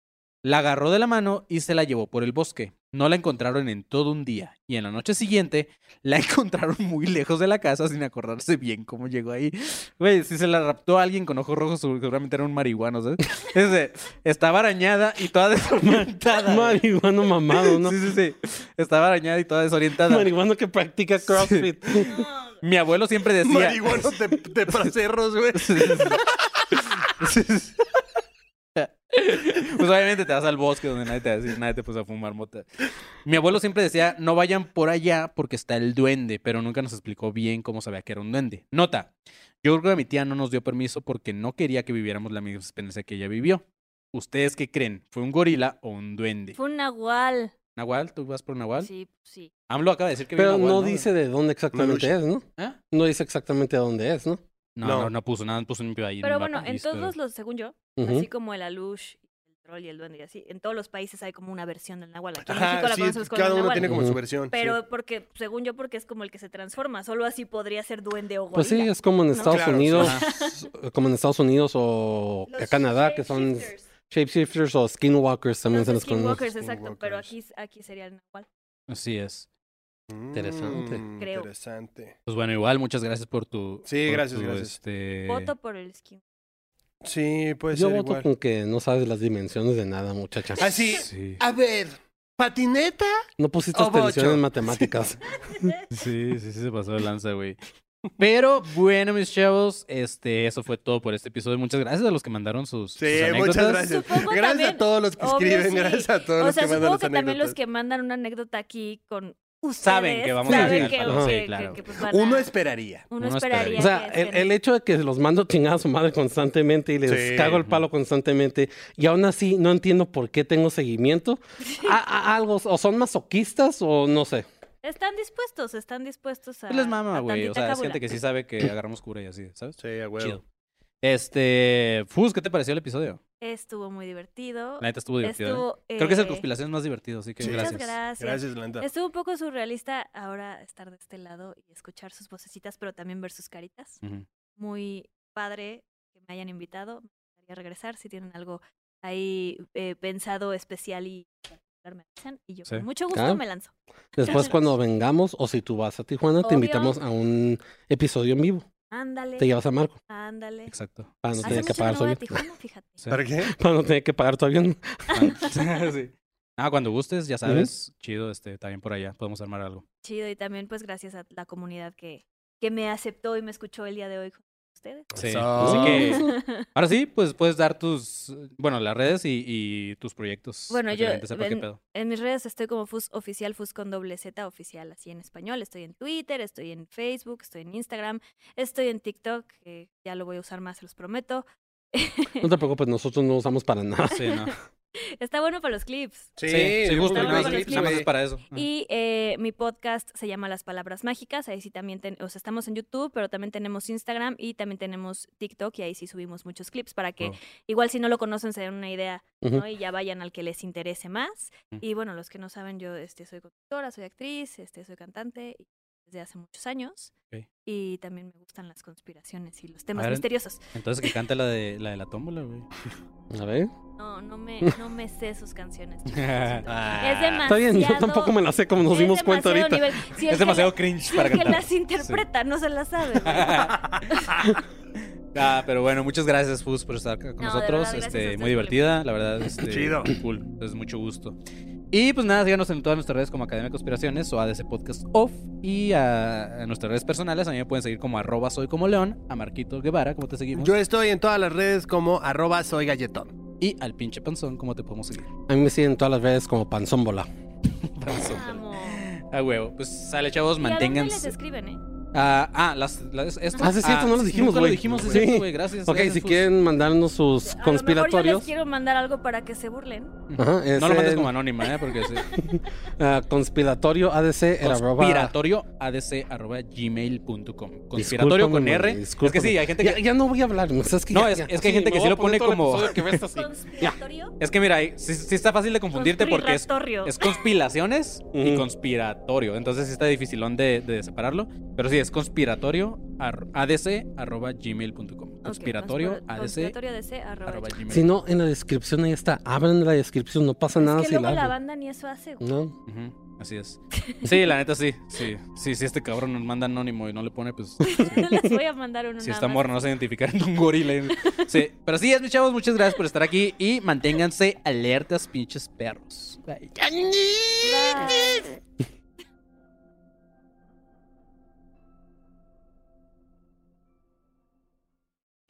Speaker 1: La agarró de la mano y se la llevó por el bosque. No la encontraron en todo un día y en la noche siguiente la encontraron muy lejos de la casa sin acordarse bien cómo llegó ahí. Güey, si se la raptó a alguien con ojos rojos, seguramente era un marihuano, ¿sabes? Ese, estaba arañada y toda desorientada. güey.
Speaker 2: Marihuano mamado, ¿no?
Speaker 1: Sí, sí, sí. Estaba arañada y toda desorientada.
Speaker 2: Marihuano que practica CrossFit.
Speaker 1: Mi abuelo siempre decía.
Speaker 3: Marihuanos de, de pracerros, güey.
Speaker 1: Pues obviamente te vas al bosque donde nadie te va a decir, nadie te puso a fumar mota. Mi abuelo siempre decía, no vayan por allá porque está el duende, pero nunca nos explicó bien cómo sabía que era un duende. Nota, yo creo que mi tía no nos dio permiso porque no quería que viviéramos la misma experiencia que ella vivió. ¿Ustedes qué creen? ¿Fue un gorila o un duende?
Speaker 4: Fue un nahual.
Speaker 1: ¿Nahual? ¿Tú vas por Nahual?
Speaker 4: Sí, sí.
Speaker 1: AMLO acaba de decir que vio
Speaker 2: Pero
Speaker 1: un
Speaker 2: no
Speaker 1: nahual,
Speaker 2: dice de dónde exactamente
Speaker 3: Manush.
Speaker 2: es, ¿no?
Speaker 1: ¿Ah?
Speaker 2: No dice exactamente dónde es, ¿no?
Speaker 1: No,
Speaker 3: No.
Speaker 1: no, no puso nada, puso un ahí.
Speaker 4: Pero
Speaker 1: un
Speaker 4: bueno,
Speaker 1: mapa y
Speaker 4: en
Speaker 1: esto-
Speaker 4: todos los, según yo,
Speaker 2: Ujú.
Speaker 4: así como el alush, el troll y el duende y así, en todos los países hay como una versión del nahual. Aquí en México la
Speaker 3: Ajá, sí,
Speaker 4: conocemos como
Speaker 3: cada
Speaker 4: el
Speaker 3: uno
Speaker 4: nahual.
Speaker 3: tiene como
Speaker 2: Ujú.
Speaker 3: su versión. sí.
Speaker 4: Pero porque, según yo, porque es como el que se transforma. Solo así podría ser duende o gorila.
Speaker 2: Pues sí, es como en Estados
Speaker 3: Claro, sí.
Speaker 2: Unidos, eh, como en Estados Unidos o
Speaker 4: Los
Speaker 2: Canadá, que son
Speaker 4: shapeshifters.
Speaker 2: shapeshifters o skinwalkers también
Speaker 4: Los
Speaker 2: se les
Speaker 4: skinwalkers,
Speaker 2: conoce.
Speaker 4: exacto. Pero aquí,
Speaker 3: Skinwalkers.
Speaker 4: aquí sería el nahual.
Speaker 1: Así es.
Speaker 2: Interesante.
Speaker 3: Mm,
Speaker 4: Creo.
Speaker 3: Interesante.
Speaker 1: Pues bueno, igual, muchas gracias por tu.
Speaker 3: Sí,
Speaker 1: por
Speaker 3: gracias,
Speaker 1: tu,
Speaker 3: gracias.
Speaker 1: este,
Speaker 4: Voto por el skin.
Speaker 3: Sí, puede
Speaker 2: Yo
Speaker 3: ser
Speaker 2: voto
Speaker 3: igual.
Speaker 2: con que no sabes las dimensiones de nada, muchacha.
Speaker 3: Así.
Speaker 1: Sí,
Speaker 3: A ver, patineta.
Speaker 2: No pusiste
Speaker 3: O bocho.
Speaker 2: atención en matemáticas.
Speaker 1: sí, sí, sí, se pasó de lanza, güey. Pero bueno, mis chavos, este, eso fue todo por este episodio. Muchas gracias a los que mandaron sus.
Speaker 3: Sí,
Speaker 1: sus
Speaker 3: muchas
Speaker 1: anécdotas.
Speaker 3: gracias.
Speaker 4: Supongo
Speaker 3: gracias a
Speaker 4: también-
Speaker 3: todos los que
Speaker 4: obvio,
Speaker 3: escriben,
Speaker 4: sí.
Speaker 3: gracias a todos
Speaker 4: O
Speaker 3: los
Speaker 4: sea,
Speaker 3: que mandan
Speaker 4: supongo
Speaker 3: las
Speaker 4: que también los
Speaker 3: anécdotas.
Speaker 4: que mandan una anécdota aquí con ustedes.
Speaker 1: Saben que vamos a
Speaker 4: saben
Speaker 1: llegar al
Speaker 4: que-
Speaker 1: palo,
Speaker 4: que-
Speaker 1: sí,
Speaker 4: que-
Speaker 1: claro.
Speaker 4: que, pues, van a-
Speaker 3: Uno esperaría.
Speaker 4: uno
Speaker 1: Uno
Speaker 4: esperaría.
Speaker 1: esperaría.
Speaker 2: O sea,
Speaker 4: que
Speaker 2: el,
Speaker 4: estén-
Speaker 2: el hecho de que los mando chingada a su madre constantemente y les
Speaker 3: Sí.
Speaker 2: cago el palo constantemente y aún así no entiendo por qué tengo seguimiento, a- a- algo, o son masoquistas o no sé.
Speaker 4: Están dispuestos, están dispuestos a.
Speaker 1: Pues les mama,
Speaker 4: a
Speaker 1: güey. O
Speaker 4: tantita
Speaker 1: sea, es
Speaker 4: cábula.
Speaker 1: gente que sí sabe que agarramos cura y así, ¿sabes?
Speaker 3: Sí, a huevo.
Speaker 1: Chido. Este, Fus, ¿qué te pareció el episodio?
Speaker 4: Estuvo muy divertido.
Speaker 1: La neta estuvo divertido. ¿eh?
Speaker 4: Estuvo,
Speaker 1: Creo que es el
Speaker 4: eh,
Speaker 1: conspiración más divertido, así que
Speaker 3: Sí.
Speaker 4: Muchas
Speaker 1: gracias.
Speaker 4: gracias.
Speaker 3: Gracias, Landa.
Speaker 4: Estuvo un poco surrealista ahora estar de este lado y escuchar sus vocecitas, pero también ver sus caritas.
Speaker 1: Ujú.
Speaker 4: Muy padre que me hayan invitado. Me gustaría regresar si tienen algo ahí eh, pensado especial y particular, me avisan. Y yo
Speaker 1: Sí.
Speaker 4: con mucho gusto
Speaker 2: Ah.
Speaker 4: me lanzo.
Speaker 2: Después cuando vengamos o si tú vas a Tijuana, te
Speaker 4: Obvio.
Speaker 2: invitamos a un episodio en vivo.
Speaker 4: Ándale,
Speaker 2: Te llevas a Marco
Speaker 4: ándale.
Speaker 1: Exacto.
Speaker 2: para no
Speaker 4: Hace
Speaker 2: tener
Speaker 4: mucho
Speaker 2: que
Speaker 4: que
Speaker 2: pagar
Speaker 4: no
Speaker 2: su
Speaker 4: voy a
Speaker 2: avión.
Speaker 4: Tijuana, fíjate.
Speaker 1: Sí.
Speaker 3: ¿Para qué?
Speaker 2: Para no tener que pagar tu avión.
Speaker 1: Ah, sí. Ah, cuando gustes, ya sabes. Chido, este, también por allá. Podemos armar algo.
Speaker 4: Chido, y también pues gracias a la comunidad que, que me aceptó y me escuchó el día de hoy. ustedes.
Speaker 1: Sí.
Speaker 5: Eso.
Speaker 1: Así que ahora sí, pues puedes dar tus, bueno, las redes y, y tus proyectos.
Speaker 4: Bueno,
Speaker 1: para que
Speaker 4: yo-
Speaker 1: la gente sepa qué pedo.
Speaker 4: En mis redes estoy como Fus Oficial, Fus con doble Z oficial, así en español. Estoy en Twitter, estoy en Facebook, estoy en Instagram, estoy en TikTok, que ya lo voy a usar más, se los prometo.
Speaker 2: No te preocupes, nosotros no usamos para nada.
Speaker 1: Sí, no.
Speaker 4: Está bueno para los clips.
Speaker 3: Sí,
Speaker 1: sí, justo,
Speaker 4: bueno,
Speaker 1: nada,
Speaker 4: con
Speaker 1: más-
Speaker 4: los
Speaker 1: nada más es
Speaker 3: güey.
Speaker 1: para eso.
Speaker 2: Mm.
Speaker 1: Ajá.
Speaker 4: Y eh, mi podcast se llama Las Palabras Mágicas. Ahí sí también, ten- o sea, estamos en YouTube, pero también tenemos Instagram y también tenemos TikTok y ahí sí subimos muchos clips para que
Speaker 1: Wow.
Speaker 4: igual si no lo conocen se den una idea
Speaker 2: Ujú. Mm.
Speaker 4: ¿no? y ya vayan al que les interese más.
Speaker 1: Ujú.
Speaker 4: Y bueno, los que no saben, yo este, soy conductora, soy actriz, este, soy cantante y desde hace muchos años.
Speaker 1: Ok.
Speaker 4: Y también me gustan las conspiraciones y los temas
Speaker 1: ver,
Speaker 4: misteriosos.
Speaker 1: Entonces que cante la de la de la tómbola, güey.
Speaker 2: A ver.
Speaker 4: No, no me, no me sé sus canciones. chicos, lo siento.
Speaker 3: Ah.
Speaker 4: es demasiado.
Speaker 2: Está bien, yo tampoco me la sé como nos
Speaker 4: es
Speaker 2: dimos cuenta
Speaker 4: demasiado
Speaker 2: ahorita.
Speaker 4: nivel. Si el
Speaker 1: Es
Speaker 4: que la-
Speaker 1: demasiado cringe
Speaker 4: Sí,
Speaker 1: para
Speaker 4: que
Speaker 1: cantar.
Speaker 4: las interpreta, no se las sabe. güey.
Speaker 1: Sí. Ah, pero bueno, muchas gracias, Fus, por estar acá con
Speaker 4: No, de
Speaker 1: nosotros.
Speaker 4: verdad, gracias a
Speaker 1: este,
Speaker 4: ustedes
Speaker 1: muy
Speaker 4: por la
Speaker 1: divertida, la verdad. Este,
Speaker 3: Chido.
Speaker 1: Cool. Entonces, mucho gusto. Y pues nada, síganos en todas nuestras redes como Academia de Conspiraciones o ADC Podcast Off. Y a, a nuestras redes personales, a mí me pueden seguir como arroba soy como león, a Marquito Guevara, como te seguimos.
Speaker 3: Yo estoy en todas las redes como arroba soy galletón.
Speaker 1: Y al pinche panzón, como te podemos seguir.
Speaker 4: Ah,
Speaker 2: A mí me siguen todas las redes como panzómbola.
Speaker 1: Panzón.
Speaker 4: Vamos.
Speaker 1: A huevo. Pues sale, chavos,
Speaker 4: ¿Y a dónde les
Speaker 1: manténganse.
Speaker 4: escriben, eh?
Speaker 1: Ah, ah, las, las- esto.
Speaker 2: Ah, sí, es cierto, no los
Speaker 1: sí,
Speaker 2: dijimos,
Speaker 1: nunca
Speaker 2: güey.
Speaker 1: lo dijimos, es
Speaker 2: Sí.
Speaker 1: cierto, güey. Gracias.
Speaker 2: Ok,
Speaker 1: gracias,
Speaker 2: si
Speaker 1: Fus.
Speaker 2: quieren mandarnos sus
Speaker 4: A lo mejor yo les
Speaker 2: conspiratorios.
Speaker 4: quiero mandar algo para que se burlen.
Speaker 2: Ajá, este, es
Speaker 1: No lo mandes
Speaker 2: el,
Speaker 1: como anónima, ¿eh? Porque sí.
Speaker 2: ah, conspiratorio ADC el arroba-
Speaker 1: conspiratorio adc arroba gmail.com conspiratorio
Speaker 2: Discúlpame,
Speaker 1: con
Speaker 2: güey,
Speaker 1: R es que
Speaker 2: discúlpame.
Speaker 1: sí hay gente
Speaker 2: Ya,
Speaker 1: que
Speaker 2: ya no voy a hablar, o sea, es que
Speaker 1: No,
Speaker 2: ya-
Speaker 1: es-
Speaker 2: ya.
Speaker 1: es que hay gente
Speaker 2: me
Speaker 1: que
Speaker 2: voy
Speaker 1: sí
Speaker 2: a
Speaker 1: lo pone
Speaker 2: poner todo el
Speaker 1: como-
Speaker 2: episodio que ves así.
Speaker 4: ¿Conspiratorio?
Speaker 1: es que mira ahí sí, sí está fácil de confundirte porque es,
Speaker 4: Conspiratorio.
Speaker 1: es conspiraciones y
Speaker 2: Ujú.
Speaker 1: conspiratorio entonces sí está dificilón de, de separarlo pero sí es conspiratorio ar- adc arroba gmail.com
Speaker 4: Ok,
Speaker 1: conspiratorio
Speaker 4: conspira-
Speaker 1: adc
Speaker 4: Conspiratorio adc arroba
Speaker 1: arroba
Speaker 4: gmail.
Speaker 1: gmail
Speaker 2: Si no, en la descripción ahí está. Abren la descripción, no pasa nada
Speaker 4: Es que
Speaker 2: si
Speaker 4: luego
Speaker 2: la
Speaker 4: la
Speaker 2: abren.
Speaker 4: banda ni eso hace. güey.
Speaker 2: No.
Speaker 1: Ujú, así es sí la neta sí sí sí sí este cabrón nos manda anónimo y no le pone pues
Speaker 4: les voy a mandar uno
Speaker 1: Si
Speaker 4: nada
Speaker 1: está
Speaker 4: más.
Speaker 1: morro, no se identificar en un gorila. Sí, pero sí, es, mis chavos, muchas gracias por estar aquí y manténganse alertas, pinches perros. Bye.
Speaker 4: Bye.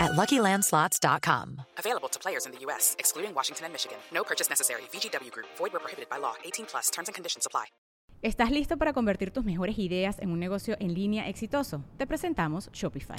Speaker 6: at luckylandslots.com.
Speaker 7: Available to players in the U.S., excluding Washington and Michigan. No purchase necessary. VGW Group, void were prohibited by law. 18 plus terms and conditions apply.
Speaker 8: ¿Estás listo para convertir tus mejores ideas en un negocio en línea exitoso? Te presentamos Shopify.